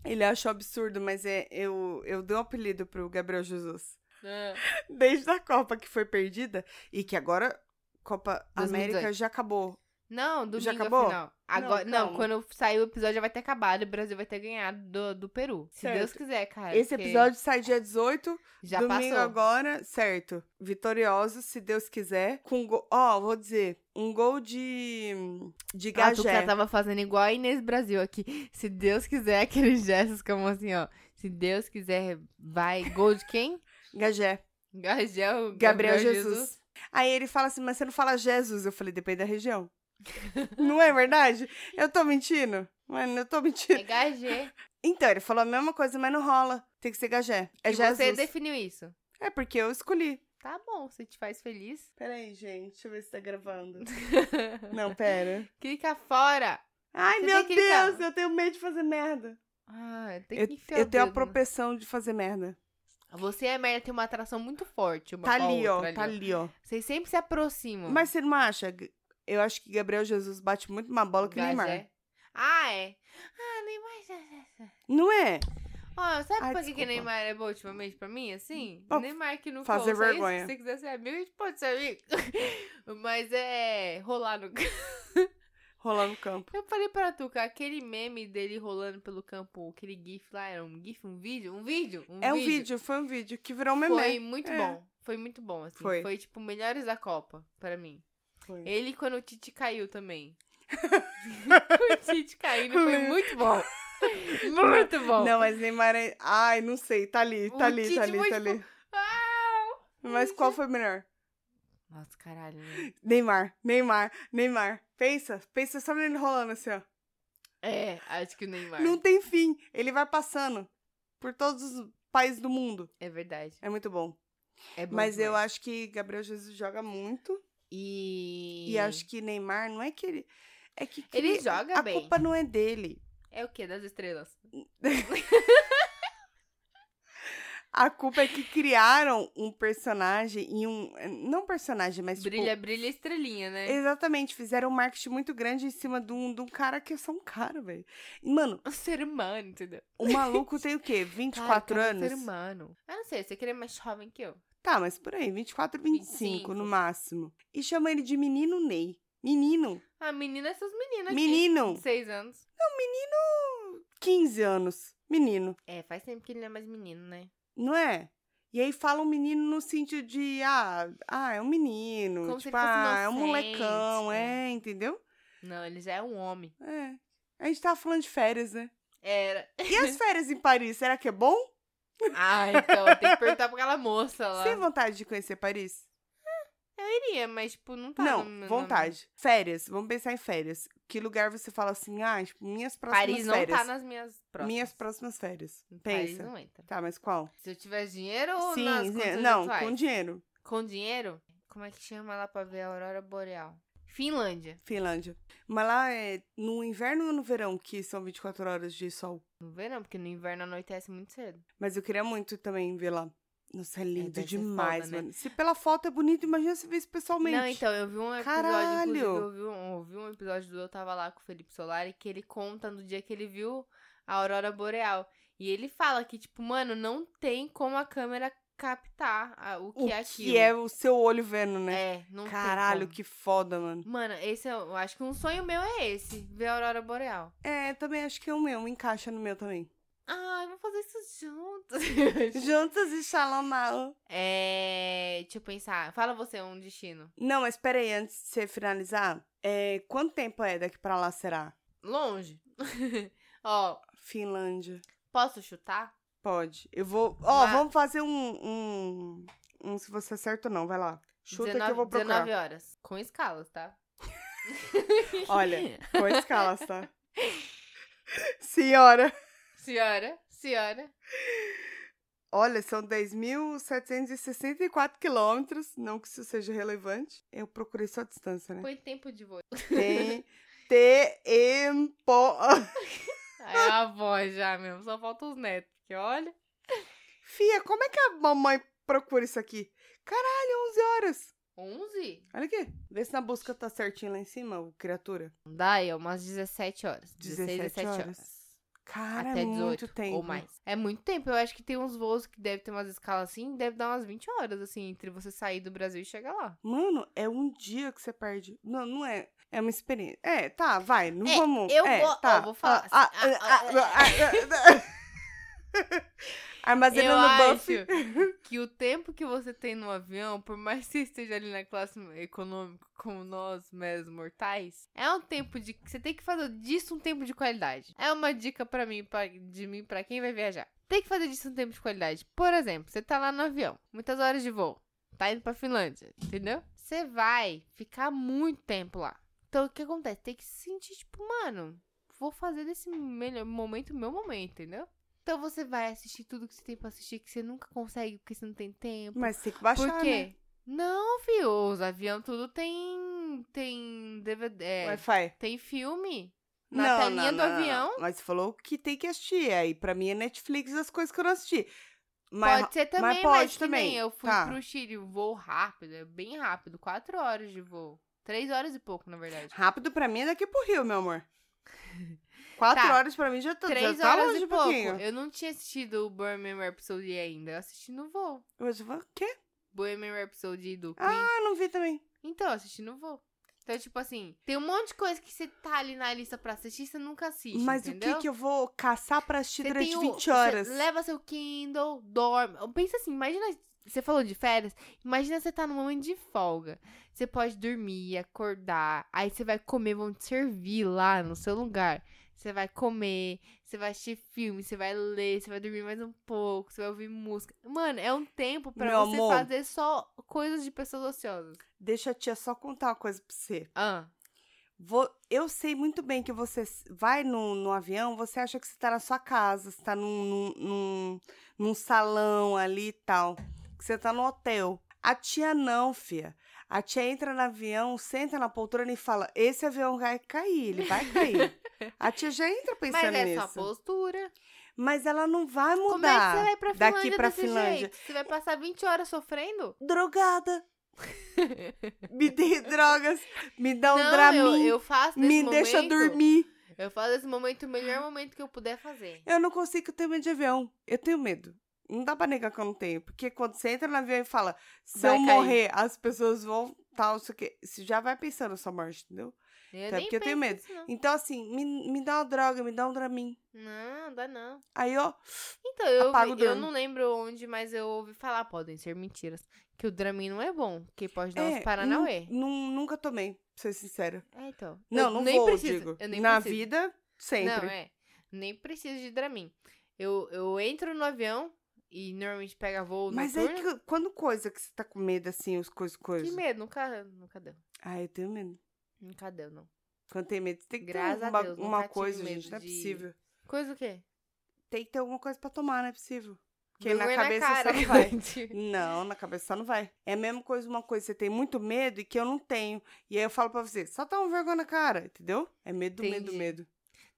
Speaker 2: ele achou absurdo, mas é... Eu, eu dei um apelido pro Gabriel Jesus. É.
Speaker 1: Ah,
Speaker 2: Desde a Copa que foi perdida e que agora Copa
Speaker 1: 2018.
Speaker 2: América já acabou.
Speaker 1: Não, domingo
Speaker 2: Já
Speaker 1: Já
Speaker 2: acabou?
Speaker 1: acabou? Final. Agora, não,
Speaker 2: calma.
Speaker 1: quando sair o episódio já vai ter acabado. O Brasil vai ter ganhado do, do Peru. Se
Speaker 2: Certo.
Speaker 1: Deus quiser, cara.
Speaker 2: Esse
Speaker 1: porque
Speaker 2: episódio sai dia 18,
Speaker 1: já
Speaker 2: domingo
Speaker 1: passou.
Speaker 2: agora, certo. Vitoriosos, se Deus quiser. Com go- Ó, vou dizer, um gol de... De
Speaker 1: Ah, tu
Speaker 2: Gajé.
Speaker 1: já tava fazendo igual a Inês Brasil aqui. Se Deus quiser, aqueles gestos como assim, ó. Se Deus quiser, vai. Gol de quem?
Speaker 2: Gajé.
Speaker 1: Gagel,
Speaker 2: Gabriel, Jesus. Aí ele fala assim, mas você não fala Jesus. Eu falei, depende da região. não é verdade? Eu tô mentindo? Mano, eu tô mentindo.
Speaker 1: É Gagé.
Speaker 2: Então, ele falou a mesma coisa, mas não rola. Tem que ser Gagé. É
Speaker 1: e
Speaker 2: Jesus.
Speaker 1: você definiu isso.
Speaker 2: É porque eu escolhi.
Speaker 1: Tá bom, você te faz feliz.
Speaker 2: Peraí, gente. Deixa eu ver se tá gravando. não, pera.
Speaker 1: Clica fora.
Speaker 2: Ai,
Speaker 1: Você
Speaker 2: meu
Speaker 1: tem que clicar.
Speaker 2: Deus. Eu tenho medo de fazer merda.
Speaker 1: Ah, tem
Speaker 2: Eu,
Speaker 1: que enfiar o
Speaker 2: eu tenho a
Speaker 1: dedo no-
Speaker 2: propensão de fazer merda.
Speaker 1: Você e a Amélia tem uma atração muito forte. Uma
Speaker 2: Tá
Speaker 1: com a
Speaker 2: ali, ó.
Speaker 1: outra
Speaker 2: Tá ali, ó.
Speaker 1: Vocês sempre se aproximam.
Speaker 2: Mas você não acha? Eu acho que Gabriel Jesus bate muito uma bola que
Speaker 1: Gajé.
Speaker 2: Neymar.
Speaker 1: Ah, é. Ah, Neymar. já- já- já.
Speaker 2: Não é?
Speaker 1: Ó, sabe por
Speaker 2: Ai,
Speaker 1: que que
Speaker 2: desculpa.
Speaker 1: Neymar é bom ultimamente pra mim, assim?
Speaker 2: Pra
Speaker 1: Neymar que não
Speaker 2: fazer
Speaker 1: ouça isso,
Speaker 2: vergonha.
Speaker 1: Se você quiser ser amigo, a gente pode ser amigo. Mas é rolar no...
Speaker 2: rolar no campo.
Speaker 1: Eu falei pra Tuca, aquele meme dele rolando pelo campo, aquele gif lá, era um gif, um vídeo? Um vídeo?
Speaker 2: é um vídeo, foi um vídeo que virou um meme.
Speaker 1: Foi muito
Speaker 2: É.
Speaker 1: bom. Foi muito bom, assim.
Speaker 2: Foi.
Speaker 1: Foi, tipo, melhores da Copa, pra mim.
Speaker 2: Foi.
Speaker 1: Ele quando o Tite caiu também. o Tite caindo foi muito bom. Muito bom.
Speaker 2: Não, mas Neymar é... Ai, não sei, tá ali, tá
Speaker 1: O
Speaker 2: ali, tá
Speaker 1: Tite
Speaker 2: ali,
Speaker 1: foi
Speaker 2: tá
Speaker 1: tipo,
Speaker 2: ali. Mas qual foi melhor?
Speaker 1: Nossa, caralho. né?
Speaker 2: Neymar, Neymar, Neymar. Pensa, pensa só nele rolando assim, ó.
Speaker 1: É, acho que o Neymar.
Speaker 2: Não tem fim. Ele vai passando por todos os países do mundo.
Speaker 1: É verdade.
Speaker 2: É muito bom.
Speaker 1: É bom
Speaker 2: Mas eu
Speaker 1: demais.
Speaker 2: acho que Gabriel Jesus joga muito.
Speaker 1: E...
Speaker 2: E acho que Neymar não é que ele. É que. que
Speaker 1: Ele joga
Speaker 2: A
Speaker 1: bem.
Speaker 2: culpa não é dele.
Speaker 1: É o quê? Das estrelas?
Speaker 2: A culpa é que criaram um personagem e um. Não personagem, mas. tipo,
Speaker 1: Brilha, brilha estrelinha, né?
Speaker 2: Exatamente, fizeram um marketing muito grande em cima de um, de um cara que é só um cara, velho. E, Mano,
Speaker 1: Um ser humano, entendeu?
Speaker 2: o maluco tem o quê?
Speaker 1: Cara,
Speaker 2: 24
Speaker 1: cara, é um
Speaker 2: anos?
Speaker 1: ser humano. Eu não sei, você queria mais jovem que eu.
Speaker 2: Tá, mas por aí, 24, 25, 25 no máximo. E chama ele de menino Ney. Menino.
Speaker 1: Ah, menina, essas meninas
Speaker 2: Menino.
Speaker 1: aqui. Seis anos.
Speaker 2: 15 anos. Menino.
Speaker 1: É, faz tempo que ele não é mais menino, né?
Speaker 2: Não é? E aí falam menino no sentido de, ah, ah é um menino.
Speaker 1: Como se
Speaker 2: tipo,
Speaker 1: ele fosse
Speaker 2: ah, é um
Speaker 1: inocente,
Speaker 2: molecão,
Speaker 1: né?
Speaker 2: é, entendeu?
Speaker 1: Não, ele já é um homem.
Speaker 2: É. A gente tava falando de férias, né?
Speaker 1: Era.
Speaker 2: E as férias em Paris, será que é bom?
Speaker 1: Ah, então, tem que perguntar pra aquela moça lá.
Speaker 2: Sem vontade de conhecer Paris?
Speaker 1: Queria, mas, tipo, não tá.
Speaker 2: Não,
Speaker 1: no meu-
Speaker 2: vontade. Férias, vamos pensar em férias. Que lugar você fala assim, ah, tipo, minhas
Speaker 1: na-
Speaker 2: próximas
Speaker 1: Paris não
Speaker 2: férias.
Speaker 1: tá nas minhas próximas.
Speaker 2: Minhas próximas férias.
Speaker 1: Paris
Speaker 2: Pensa.
Speaker 1: não entra.
Speaker 2: Tá, mas qual?
Speaker 1: Se eu tiver dinheiro ou
Speaker 2: Sim,
Speaker 1: nas
Speaker 2: né?
Speaker 1: condições
Speaker 2: não,
Speaker 1: atuais?
Speaker 2: com dinheiro.
Speaker 1: Com dinheiro? Como é que chama lá pra ver a aurora boreal? Finlândia.
Speaker 2: Finlândia. Mas lá é no inverno ou no verão que são 24 horas de sol?
Speaker 1: No verão, porque no inverno anoitece muito cedo.
Speaker 2: Mas eu queria muito também ver lá. Nossa, é lindo
Speaker 1: deve ser
Speaker 2: demais,
Speaker 1: foda, né?
Speaker 2: mano. Se pela foto é bonito, imagina se visse pessoalmente.
Speaker 1: Não, então, eu vi um episódio,
Speaker 2: Caralho!
Speaker 1: inclusive, eu vi um, eu vi um episódio do Eu Tava Lá com o Felipe Solari, que ele conta no dia que ele viu a aurora boreal. E ele fala que, tipo, mano, não tem como a câmera captar a- o que
Speaker 2: o
Speaker 1: é aquilo.
Speaker 2: que é o seu olho vendo, né?
Speaker 1: É, não tem
Speaker 2: Caralho,
Speaker 1: como.
Speaker 2: que foda, mano.
Speaker 1: Mano, esse é, eu acho que um sonho meu é esse, ver a aurora boreal.
Speaker 2: É, também acho que é o meu, encaixa no meu também.
Speaker 1: Ai, vamos Ah, fazer isso juntos.
Speaker 2: Juntas e Shalomau.
Speaker 1: é, deixa eu pensar. Fala você um destino.
Speaker 2: Não, mas peraí, antes de você finalizar, é, quanto tempo é daqui pra lá será?
Speaker 1: Longe. Ó,
Speaker 2: Finlândia.
Speaker 1: posso chutar?
Speaker 2: Pode. Eu vou. Ó,
Speaker 1: Lá-
Speaker 2: vamos fazer um, um. um se você acerta ou não, vai lá. Chuta que eu vou procurar.
Speaker 1: 19 horas. Com escalas, tá?
Speaker 2: Olha, com escalas, tá? Senhora.
Speaker 1: Senhora, senhora.
Speaker 2: Olha, são 10.764 quilômetros. Não que isso seja relevante. Eu procurei só a distância, né?
Speaker 1: Quanto tempo de voo?
Speaker 2: Tem. Tempo.
Speaker 1: Ah, É a avó já mesmo. Só falta os netos. Porque olha.
Speaker 2: Fia, como é que a mamãe procura isso aqui? Caralho, 11 horas.
Speaker 1: 11?
Speaker 2: Olha aqui. Vê se na busca tá certinho lá em cima, o criatura.
Speaker 1: Não Dá aí, umas 17 horas.
Speaker 2: 17
Speaker 1: 16, 17 horas.
Speaker 2: Cara,
Speaker 1: Até
Speaker 2: é
Speaker 1: 18
Speaker 2: muito tempo.
Speaker 1: ou mais. É muito tempo. Eu acho que tem uns voos que deve ter umas escalas assim. Deve dar umas 20 horas, assim, entre você sair do Brasil e chegar lá.
Speaker 2: Mano, é um dia que você perde. Não, não é. É uma experiência. É, tá, vai. Não
Speaker 1: É,
Speaker 2: vamos.
Speaker 1: eu
Speaker 2: é,
Speaker 1: vou- ó,
Speaker 2: Tá.
Speaker 1: vou falar
Speaker 2: Ah, ah,
Speaker 1: assim,
Speaker 2: ah,
Speaker 1: ah, ah,
Speaker 2: ah, ah, ah.
Speaker 1: Eu
Speaker 2: Armazenando
Speaker 1: acho
Speaker 2: buff.
Speaker 1: que o tempo que você tem no avião, por mais que você esteja ali na classe econômica como nós, meros mortais, é um tempo de. Você tem que fazer disso um tempo de qualidade. É uma dica pra mim, pra, de mim, pra quem vai viajar. Tem que fazer disso um tempo de qualidade. Por exemplo, você tá lá no avião, muitas horas de voo, tá indo pra Finlândia, entendeu? Você vai ficar muito tempo lá. Então o que acontece? Tem que se sentir tipo, mano, vou fazer desse melhor momento meu momento, entendeu? Então você vai assistir tudo que você tem pra assistir, que você nunca consegue, porque você não tem tempo.
Speaker 2: Mas tem que baixar,
Speaker 1: Por
Speaker 2: né?
Speaker 1: quê? Não, fio, os aviões tudo tem. Tem DVD. é,
Speaker 2: Wi-Fi.
Speaker 1: tem filme. Na
Speaker 2: não,
Speaker 1: telinha do
Speaker 2: não, não,
Speaker 1: avião.
Speaker 2: Mas você falou que tem que assistir. Aí, pra mim, é Netflix as coisas que eu não assisti. Mas,
Speaker 1: pode ser também,
Speaker 2: mas
Speaker 1: mas,
Speaker 2: pode
Speaker 1: que
Speaker 2: também,
Speaker 1: nem eu fui
Speaker 2: tá.
Speaker 1: pro Chile, o voo rápido, é bem rápido, quatro horas de voo. Três horas e pouco, na verdade.
Speaker 2: rápido pra mim é daqui pro Rio, meu amor. Quatro
Speaker 1: Tá.
Speaker 2: horas pra mim já, tá- já
Speaker 1: Três
Speaker 2: tá
Speaker 1: horas
Speaker 2: longe
Speaker 1: e
Speaker 2: um
Speaker 1: pouco.
Speaker 2: pouquinho.
Speaker 1: Eu não tinha assistido o Bohemian Rhapsody ainda, eu assisti no voo.
Speaker 2: Eu... vou- O quê?
Speaker 1: Bohemian Rhapsody do Queen.
Speaker 2: Ah, não vi também.
Speaker 1: Então, eu assisti no voo. Então, tipo assim, tem um monte de coisa que você tá ali na lista pra assistir, você nunca assiste.
Speaker 2: Mas
Speaker 1: entendeu?
Speaker 2: o que que eu vou caçar pra assistir
Speaker 1: Você
Speaker 2: durante
Speaker 1: tem o-
Speaker 2: 20
Speaker 1: você
Speaker 2: horas?
Speaker 1: Leva seu Kindle, dorme. Pensa assim, imagina. Você falou de férias, imagina você tá num momento de folga. Você pode dormir, acordar, aí você vai comer, vão te servir lá no seu lugar. Você vai comer, você vai assistir filme, você vai ler, você vai dormir mais um pouco, você vai ouvir música. Mano, é um tempo pra
Speaker 2: Meu
Speaker 1: você
Speaker 2: amor.
Speaker 1: fazer só coisas de pessoas ociosas.
Speaker 2: Deixa a tia só contar uma coisa pra você.
Speaker 1: Ah,
Speaker 2: Vo- Eu sei muito bem que você s- vai no, no avião, você acha que você tá na sua casa, você tá num, num, num, num salão ali e tal. Que você tá no hotel. A tia não, fia. A tia entra no avião, senta na poltrona e fala: esse avião vai cair, ele vai cair. a tia já entra
Speaker 1: mas
Speaker 2: pensando
Speaker 1: é
Speaker 2: nisso.
Speaker 1: só postura.
Speaker 2: Mas ela não vai mudar.
Speaker 1: Como é que você vai pra Finlândia
Speaker 2: daqui pra
Speaker 1: desse
Speaker 2: Finlândia.
Speaker 1: jeito? Você vai passar 20 horas sofrendo?
Speaker 2: Drogada. me dê drogas, me dá um
Speaker 1: não,
Speaker 2: Dramin,
Speaker 1: eu, eu faço nesse
Speaker 2: me
Speaker 1: momento,
Speaker 2: deixa dormir.
Speaker 1: Eu faço esse momento o melhor momento que eu puder fazer.
Speaker 2: Eu não consigo ter medo de avião. Eu tenho medo. Não dá pra negar que eu não tenho. Porque quando você entra no avião e fala, se
Speaker 1: Vai
Speaker 2: eu
Speaker 1: cair.
Speaker 2: morrer, as pessoas vão tal, isso aqui. Você já vai pensando na sua morte, entendeu?
Speaker 1: Eu
Speaker 2: Até
Speaker 1: nem
Speaker 2: porque eu
Speaker 1: penso
Speaker 2: tenho medo.
Speaker 1: nisso, não.
Speaker 2: Então, assim, me, me dá uma droga, me dá um Dramin.
Speaker 1: não, dá não.
Speaker 2: Aí, ó,
Speaker 1: Então, eu,
Speaker 2: Apaga o
Speaker 1: ouvi- eu
Speaker 2: dorme.
Speaker 1: não lembro onde, mas eu ouvi falar, podem ser mentiras, que o Dramin não é bom, que pode dar
Speaker 2: é,
Speaker 1: uns Paranauê.
Speaker 2: nu- nu- nunca tomei, pra ser sincera.
Speaker 1: É, então.
Speaker 2: Não,
Speaker 1: eu
Speaker 2: não
Speaker 1: nem
Speaker 2: vou,
Speaker 1: preciso.
Speaker 2: digo.
Speaker 1: Eu nem
Speaker 2: Na
Speaker 1: preciso.
Speaker 2: vida, sempre.
Speaker 1: Não, é. Nem preciso de Dramin. Eu, eu entro no avião e normalmente pega voo
Speaker 2: Mas aí,
Speaker 1: noturno.
Speaker 2: que- quando coisa que você tá com medo, assim, os coisas, coisas.
Speaker 1: Que medo, nunca, nunca deu.
Speaker 2: Ah, eu tenho medo.
Speaker 1: Nunca deu, não.
Speaker 2: Quando tem medo, tem que
Speaker 1: Graças
Speaker 2: ter
Speaker 1: a
Speaker 2: uma,
Speaker 1: Deus,
Speaker 2: uma
Speaker 1: nunca tive
Speaker 2: coisa,
Speaker 1: medo
Speaker 2: gente, não é
Speaker 1: de-
Speaker 2: possível.
Speaker 1: Coisa o quê?
Speaker 2: Tem que ter alguma coisa pra tomar, não é possível. Porque
Speaker 1: Vergonha
Speaker 2: na cabeça
Speaker 1: cara,
Speaker 2: só não vai.
Speaker 1: Cleide.
Speaker 2: Não, na cabeça só não vai. É a mesma coisa, uma coisa que você tem muito medo e que eu não tenho. E aí eu falo pra você, só tá um vergonha na cara, entendeu? É medo, medo,
Speaker 1: Entendi.
Speaker 2: medo.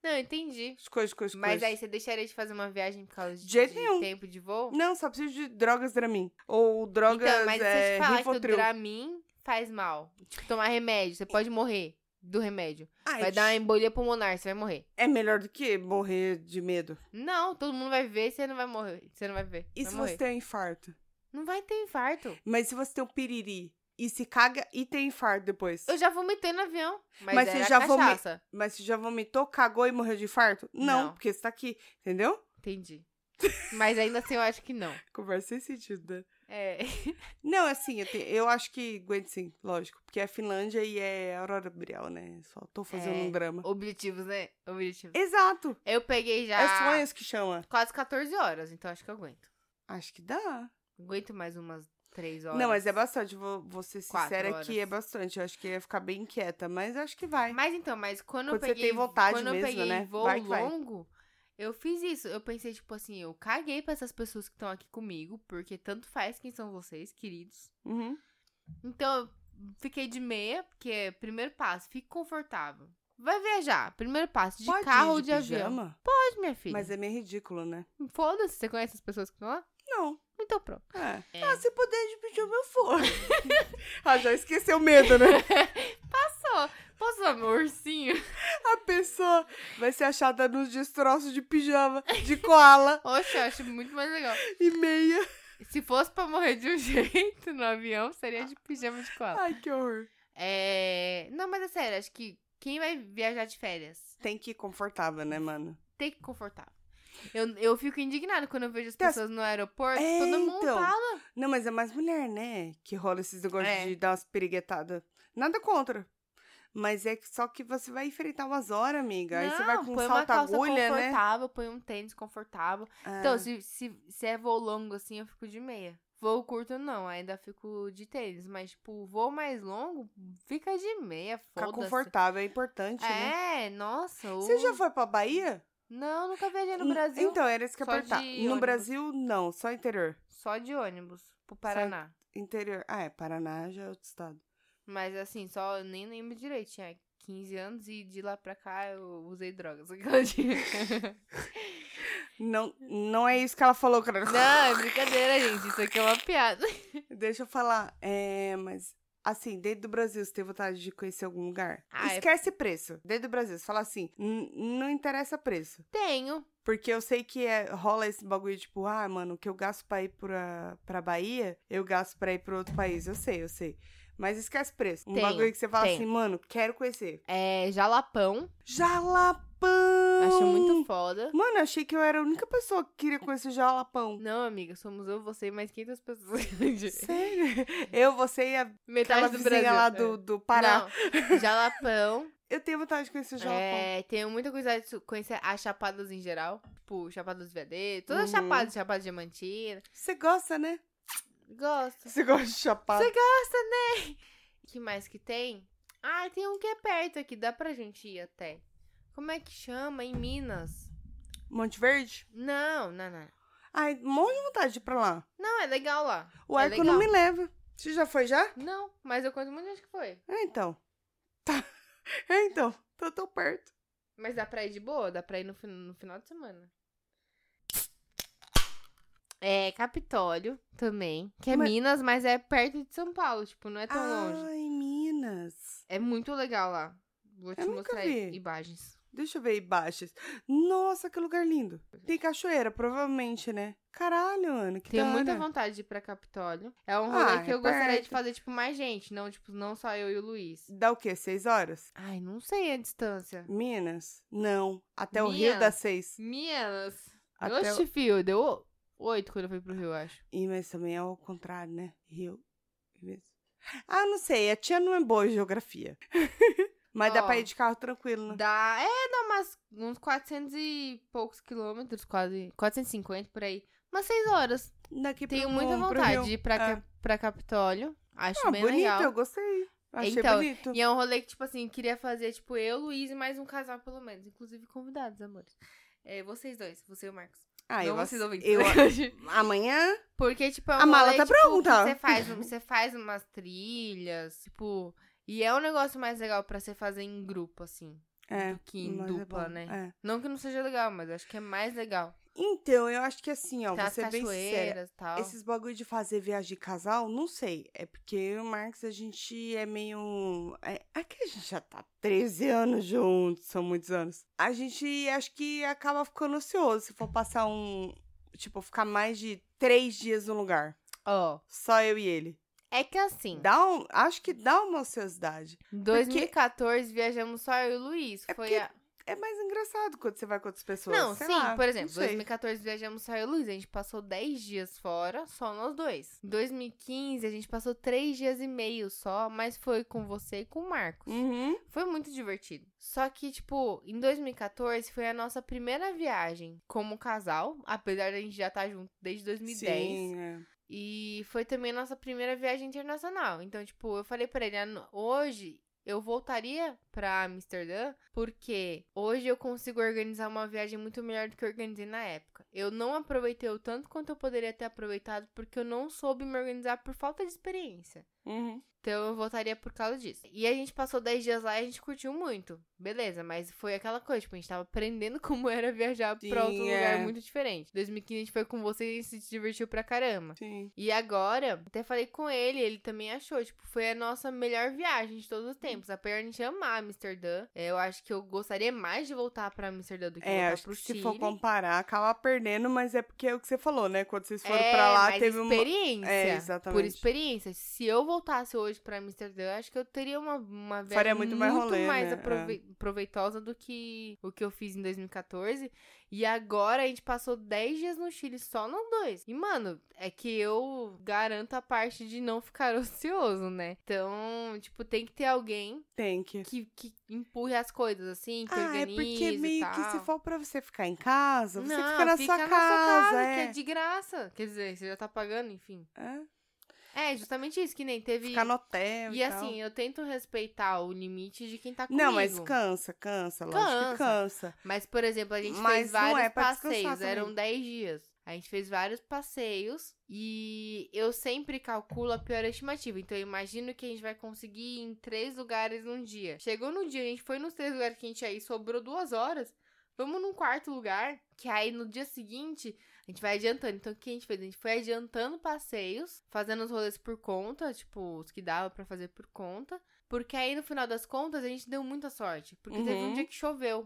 Speaker 1: Não, entendi.
Speaker 2: As coisas, coisas,
Speaker 1: Mas
Speaker 2: coisas.
Speaker 1: aí você deixaria de fazer uma viagem por causa de,
Speaker 2: De jeito
Speaker 1: de
Speaker 2: nenhum.
Speaker 1: tempo de voo?
Speaker 2: Não, só preciso de drogas Dramin. Ou drogas
Speaker 1: então, mas
Speaker 2: é,
Speaker 1: se eu te falar que o
Speaker 2: Rivotril.
Speaker 1: Dramin faz mal. Tipo, tomar remédio, você pode morrer do remédio.
Speaker 2: Ai,
Speaker 1: Vai dar uma embolia pulmonar, você vai morrer.
Speaker 2: É melhor do que morrer de medo.
Speaker 1: Não, todo mundo vai ver, você não vai morrer. Você não vai ver.
Speaker 2: E
Speaker 1: vai
Speaker 2: se
Speaker 1: morrer.
Speaker 2: você tem um infarto?
Speaker 1: Não vai ter infarto.
Speaker 2: Mas se você tem um piriri e se caga e tem infarto depois?
Speaker 1: Eu já vomitei no avião. Mas,
Speaker 2: Mas você
Speaker 1: era
Speaker 2: já vomi-
Speaker 1: cachaça.
Speaker 2: Mas você já vomitou, cagou e morreu de infarto? Não,
Speaker 1: Não.
Speaker 2: porque você tá aqui, entendeu?
Speaker 1: Entendi. Mas ainda assim eu acho que não.
Speaker 2: Conversa sem sentido, né?
Speaker 1: É.
Speaker 2: Não, é assim, eu, te- eu acho que aguento sim, lógico. Porque é Finlândia e é Aurora Boreal, né? Só tô fazendo
Speaker 1: É.
Speaker 2: um drama.
Speaker 1: Objetivos, né? Objetivos.
Speaker 2: Exato!
Speaker 1: Eu peguei já
Speaker 2: É sonhos que chama.
Speaker 1: quase 14 horas, então acho que eu aguento.
Speaker 2: Acho que dá.
Speaker 1: Aguento mais umas 3 horas.
Speaker 2: Não, mas é bastante. Vou, vou ser
Speaker 1: Quatro
Speaker 2: sincera aqui, é
Speaker 1: horas.
Speaker 2: bastante. Eu acho que ia ficar bem quieta, mas eu acho que vai.
Speaker 1: Mas então, mas quando, eu
Speaker 2: Quando você
Speaker 1: peguei.
Speaker 2: tem vontade
Speaker 1: quando
Speaker 2: mesmo,
Speaker 1: eu peguei
Speaker 2: né?
Speaker 1: voo
Speaker 2: Vai que vai.
Speaker 1: longo, eu fiz isso. Eu pensei, tipo assim, eu caguei pra essas pessoas que estão aqui comigo, porque tanto faz quem são vocês, queridos.
Speaker 2: Uhum.
Speaker 1: Então, eu fiquei de meia, porque é primeiro passo, fique confortável. Vai viajar, primeiro passo, de
Speaker 2: Pode ir
Speaker 1: carro ou de, avião.
Speaker 2: pijama?
Speaker 1: Pode, minha filha.
Speaker 2: Mas é meio ridículo, né?
Speaker 1: Foda-se, você conhece as pessoas que estão lá?
Speaker 2: Não.
Speaker 1: Então pronto.
Speaker 2: É.
Speaker 1: É.
Speaker 2: Ah, se puder de pijama, eu for. ah, já esqueceu o medo, né?
Speaker 1: Só, posso usar meu ursinho?
Speaker 2: A pessoa vai ser achada nos destroços de pijama, de koala
Speaker 1: Oxe, eu acho muito mais legal.
Speaker 2: e meia.
Speaker 1: Se fosse pra morrer de um jeito no avião, seria de pijama de cola.
Speaker 2: Ai, que horror.
Speaker 1: É. Não, mas é sério, acho que quem vai viajar de férias
Speaker 2: Tem que ir confortável, né, mano?
Speaker 1: tem que ir confortável. Eu, eu fico indignada quando eu vejo as
Speaker 2: Tem as-
Speaker 1: pessoas no aeroporto,
Speaker 2: Então, É,
Speaker 1: todo mundo
Speaker 2: então.
Speaker 1: fala.
Speaker 2: Não, mas é mais mulher, né? Que rola esses negócios
Speaker 1: É.
Speaker 2: de dar umas piriguetadas. Nada contra. Mas é que- só que você vai enfrentar umas horas, amiga. Aí você vai
Speaker 1: "Não,
Speaker 2: com
Speaker 1: põe uma
Speaker 2: salto
Speaker 1: calça
Speaker 2: agulha, né?
Speaker 1: confortável, põe um tênis confortável.
Speaker 2: Ah,
Speaker 1: Então, se, se, se é voo longo assim, eu fico de meia. Voo curto, não, ainda fico de tênis. Mas, tipo, voo mais longo, fica de meia,
Speaker 2: ficar
Speaker 1: foda-se.
Speaker 2: confortável é importante, né?
Speaker 1: É, nossa.
Speaker 2: Você
Speaker 1: o-
Speaker 2: já foi pra Bahia?
Speaker 1: Não, nunca viajei no
Speaker 2: N-
Speaker 1: Brasil.
Speaker 2: Então, era isso que eu
Speaker 1: Só
Speaker 2: ia perguntar.
Speaker 1: de
Speaker 2: No
Speaker 1: ônibus.
Speaker 2: Brasil, não, só interior.
Speaker 1: Só de ônibus pro Paraná.
Speaker 2: Interior. Ah, é, Paraná já é outro estado.
Speaker 1: Mas assim, só eu nem lembro direito. Tinha 15 anos e de lá pra cá eu usei drogas. é
Speaker 2: Não, não é isso que ela falou, cara.
Speaker 1: Não, é brincadeira, gente. Isso aqui é uma piada.
Speaker 2: Deixa eu falar. É, mas assim, dentro do Brasil, você tem vontade de conhecer algum lugar?
Speaker 1: Ah, é-
Speaker 2: Esquece preço. Dentro do Brasil, você fala assim, "N- não interessa preço.
Speaker 1: Tenho.
Speaker 2: Porque eu sei que é- rola esse bagulho, tipo, ah, mano, o que eu gasto pra ir pra, pra Bahia, eu gasto pra ir pra outro país. Eu sei, eu sei. Mas esquece preço. Um
Speaker 1: Tem,
Speaker 2: bagulho que você fala
Speaker 1: tem.
Speaker 2: assim, mano, quero conhecer.
Speaker 1: É jalapão.
Speaker 2: Jalapão!
Speaker 1: Achei muito foda.
Speaker 2: Mano, eu achei que eu era a única pessoa que queria conhecer jalapão.
Speaker 1: Não, amiga, somos eu, você e mais 500 pessoas. Gente,
Speaker 2: Sério? Eu, você e a
Speaker 1: Metade
Speaker 2: aquela
Speaker 1: do
Speaker 2: vizinha
Speaker 1: Brasil. é.
Speaker 2: lá do, do Pará.
Speaker 1: Não, jalapão.
Speaker 2: Eu tenho vontade de conhecer o jalapão.
Speaker 1: É, tenho muita curiosidade de conhecer as chapadas em geral. Tipo, chapada dos veadeiros. Todas as
Speaker 2: Uhum.
Speaker 1: chapadas, chapada diamantina.
Speaker 2: Você gosta, né?
Speaker 1: Gosto.
Speaker 2: Você gosta de chapado?
Speaker 1: Você O que mais que tem? Ah, tem um que é perto aqui, dá pra gente ir até. Como é que chama? Em Minas?
Speaker 2: Monte Verde?
Speaker 1: Não, não, não.
Speaker 2: Ai, um monte de vontade de ir pra lá.
Speaker 1: Não, é legal lá.
Speaker 2: O
Speaker 1: É
Speaker 2: arco não
Speaker 1: legal.
Speaker 2: me leva. Você já foi já?
Speaker 1: Não, mas eu conto muito gente que foi.
Speaker 2: É, então. Tá. É, então. Tô tão perto.
Speaker 1: Mas dá pra ir de boa, dá pra ir no, fin- no final de semana. É, Capitólio também. Que é
Speaker 2: Mas- Ah.
Speaker 1: Minas, mas é perto de São Paulo, tipo, não é tão longe.
Speaker 2: Ai, Minas.
Speaker 1: É muito legal lá. Vou te
Speaker 2: Eu nunca
Speaker 1: mostrar
Speaker 2: vi.
Speaker 1: imagens.
Speaker 2: Deixa eu ver aí, baixas. Nossa, que lugar lindo. Tem cachoeira, provavelmente, né? Caralho, Ana, que
Speaker 1: Tenho
Speaker 2: da
Speaker 1: muita
Speaker 2: hora.
Speaker 1: vontade de ir pra Capitólio. É um
Speaker 2: Ah,
Speaker 1: rolê que
Speaker 2: é
Speaker 1: eu gostaria de
Speaker 2: perto.
Speaker 1: fazer, tipo, mais gente. Não, tipo, não só eu e o Luiz.
Speaker 2: Dá o quê? Seis horas?
Speaker 1: Ai, não sei a distância.
Speaker 2: Minas? Não. Até o Rio
Speaker 1: Minas?
Speaker 2: dá seis.
Speaker 1: Minas.
Speaker 2: Até o-
Speaker 1: Oxe, fio. Deu oito quando eu fui pro Rio, eu acho.
Speaker 2: Ih, mas também é o contrário, né? Rio. Minas. Ah, não sei. A tia não é boa em geografia. mas dá
Speaker 1: Ó.
Speaker 2: pra ir de carro tranquilo, né?
Speaker 1: Dá, é, dá umas, uns 400 e poucos quilômetros, quase. 450 por aí. Umas seis horas.
Speaker 2: Daqui pro-
Speaker 1: Tenho muita
Speaker 2: É pro
Speaker 1: vontade
Speaker 2: Rio.
Speaker 1: de ir pra,
Speaker 2: É.
Speaker 1: Cap- pra Capitólio. Acho
Speaker 2: Ah,
Speaker 1: bem
Speaker 2: bonito,
Speaker 1: legal.
Speaker 2: eu gostei. Achei
Speaker 1: Então,
Speaker 2: bonito.
Speaker 1: E é um rolê que, tipo assim, queria fazer, tipo, eu, Luiz e mais um casal, pelo menos. Inclusive convidados, amores. É, vocês dois, você e o Marcos.
Speaker 2: Ah,
Speaker 1: não
Speaker 2: eu,
Speaker 1: vocês
Speaker 2: ass-
Speaker 1: ouvintes. né?
Speaker 2: eu
Speaker 1: Eu...
Speaker 2: Amanhã?
Speaker 1: Porque, tipo, é um
Speaker 2: A mala
Speaker 1: rolê,
Speaker 2: tá
Speaker 1: tipo, que
Speaker 2: pronta.
Speaker 1: Você faz, um- você faz umas trilhas, tipo... E é um negócio mais legal pra você fazer em grupo, assim.
Speaker 2: É.
Speaker 1: do que em
Speaker 2: mas é
Speaker 1: dupla,
Speaker 2: bom,
Speaker 1: né?
Speaker 2: é.
Speaker 1: Não que não seja legal, mas acho que é mais legal.
Speaker 2: Então, eu acho que assim, ó,
Speaker 1: Tem
Speaker 2: vou
Speaker 1: as
Speaker 2: ser bem sincera.
Speaker 1: cachoeiras e tal.
Speaker 2: Esses bagulho de fazer viagem de casal, não sei. É porque eu e o Marcos, a gente é meio. É, aqui a gente já tá 13 anos juntos, são muitos anos. A gente acho que acaba ficando ansioso se for passar um. Tipo, ficar mais de três dias no lugar.
Speaker 1: Ó,
Speaker 2: Só eu e ele.
Speaker 1: é que assim,
Speaker 2: Dá um, acho que dá uma ansiosidade.
Speaker 1: em 2014 viajamos só eu e o Luiz.
Speaker 2: É
Speaker 1: foi
Speaker 2: porque
Speaker 1: a...
Speaker 2: É mais engraçado quando você vai com outras pessoas.
Speaker 1: Não,
Speaker 2: sei
Speaker 1: sim,
Speaker 2: lá,
Speaker 1: por exemplo,
Speaker 2: não sei.
Speaker 1: 2014 viajamos só eu e o Luiz. A gente passou 10 dias fora, só nós dois. Em 2015 a gente passou 3 dias e meio só, mas foi com você e com o Marcos.
Speaker 2: Uhum.
Speaker 1: Foi muito divertido. Só que, tipo, em 2014 foi a nossa primeira viagem como casal, apesar de a gente já estar junto desde 2010.
Speaker 2: Sim, é.
Speaker 1: E foi também a nossa primeira viagem internacional. Então, tipo, eu falei pra ele, "Ah, no- hoje eu voltaria pra Amsterdã, porque hoje eu consigo organizar uma viagem muito melhor do que eu organizei na época. Eu não aproveitei o tanto quanto eu poderia ter aproveitado, porque eu não soube me organizar por falta de experiência.
Speaker 2: Uhum.
Speaker 1: Então eu voltaria por causa disso. E a gente passou 10 dias lá e a gente curtiu muito. Beleza, mas foi aquela coisa, tipo, a gente tava aprendendo como era viajar
Speaker 2: Sim,
Speaker 1: pra outro
Speaker 2: é.
Speaker 1: lugar muito diferente. 2015 a gente foi com você e se divertiu pra caramba.
Speaker 2: Sim.
Speaker 1: E agora, até falei com ele, ele também achou, tipo, foi a nossa melhor viagem de todos os tempos.
Speaker 2: Hum.
Speaker 1: Apesar de a gente amar Amsterdã, é, eu acho que eu gostaria mais de voltar pra Amsterdã do que
Speaker 2: É,
Speaker 1: voltar
Speaker 2: acho
Speaker 1: pro
Speaker 2: que
Speaker 1: Chile.
Speaker 2: se for comparar, acaba perdendo, mas é porque é o que você falou, né? Quando vocês foram
Speaker 1: é,
Speaker 2: pra lá,
Speaker 1: mas
Speaker 2: teve uma.
Speaker 1: experiência.
Speaker 2: É, exatamente.
Speaker 1: Por experiência. Se eu voltasse hoje pra Amsterdã, acho que eu teria uma, uma viagem
Speaker 2: Faria muito mais rolê,
Speaker 1: mais
Speaker 2: né?
Speaker 1: aprove- proveitosa do que o que eu fiz em 2014. E agora a gente passou 10 dias no Chile só nós dois. E, mano, é que eu garanto a parte de não ficar ocioso, né? Então, tipo, tem que ter alguém
Speaker 2: Tem que.
Speaker 1: que, que empurre as coisas, assim, que
Speaker 2: Ah, é
Speaker 1: organize
Speaker 2: porque
Speaker 1: e
Speaker 2: meio que
Speaker 1: tal.
Speaker 2: se for pra você ficar em casa, você
Speaker 1: Não,
Speaker 2: fica na sua casa.
Speaker 1: que é
Speaker 2: é.
Speaker 1: de graça. Quer dizer, você já tá pagando, enfim.
Speaker 2: É,
Speaker 1: É, justamente isso, que nem teve.
Speaker 2: Ficar no hotel. E,
Speaker 1: e
Speaker 2: tal.
Speaker 1: assim, eu tento respeitar o limite de quem tá comigo.
Speaker 2: Não, mas cansa, cansa, lógico que cansa.
Speaker 1: Mas, por exemplo, a gente
Speaker 2: Mas
Speaker 1: fez
Speaker 2: não é
Speaker 1: vários
Speaker 2: pra descansar
Speaker 1: passeios,
Speaker 2: também.
Speaker 1: eram 10 dias. A gente fez vários passeios e eu sempre calculo a pior estimativa. Então, eu imagino que a gente vai conseguir ir em três lugares num dia. Chegou no dia, a gente foi nos três lugares que a gente ia ir, sobrou duas horas. Vamos num quarto lugar, que aí no dia seguinte a gente vai adiantando. Então, o que a gente fez? A gente foi adiantando passeios, fazendo os rolês por conta, tipo, os que dava pra fazer por conta. Porque aí, no final das contas, a gente deu muita sorte. Porque teve um
Speaker 2: Uhum.
Speaker 1: dia que choveu.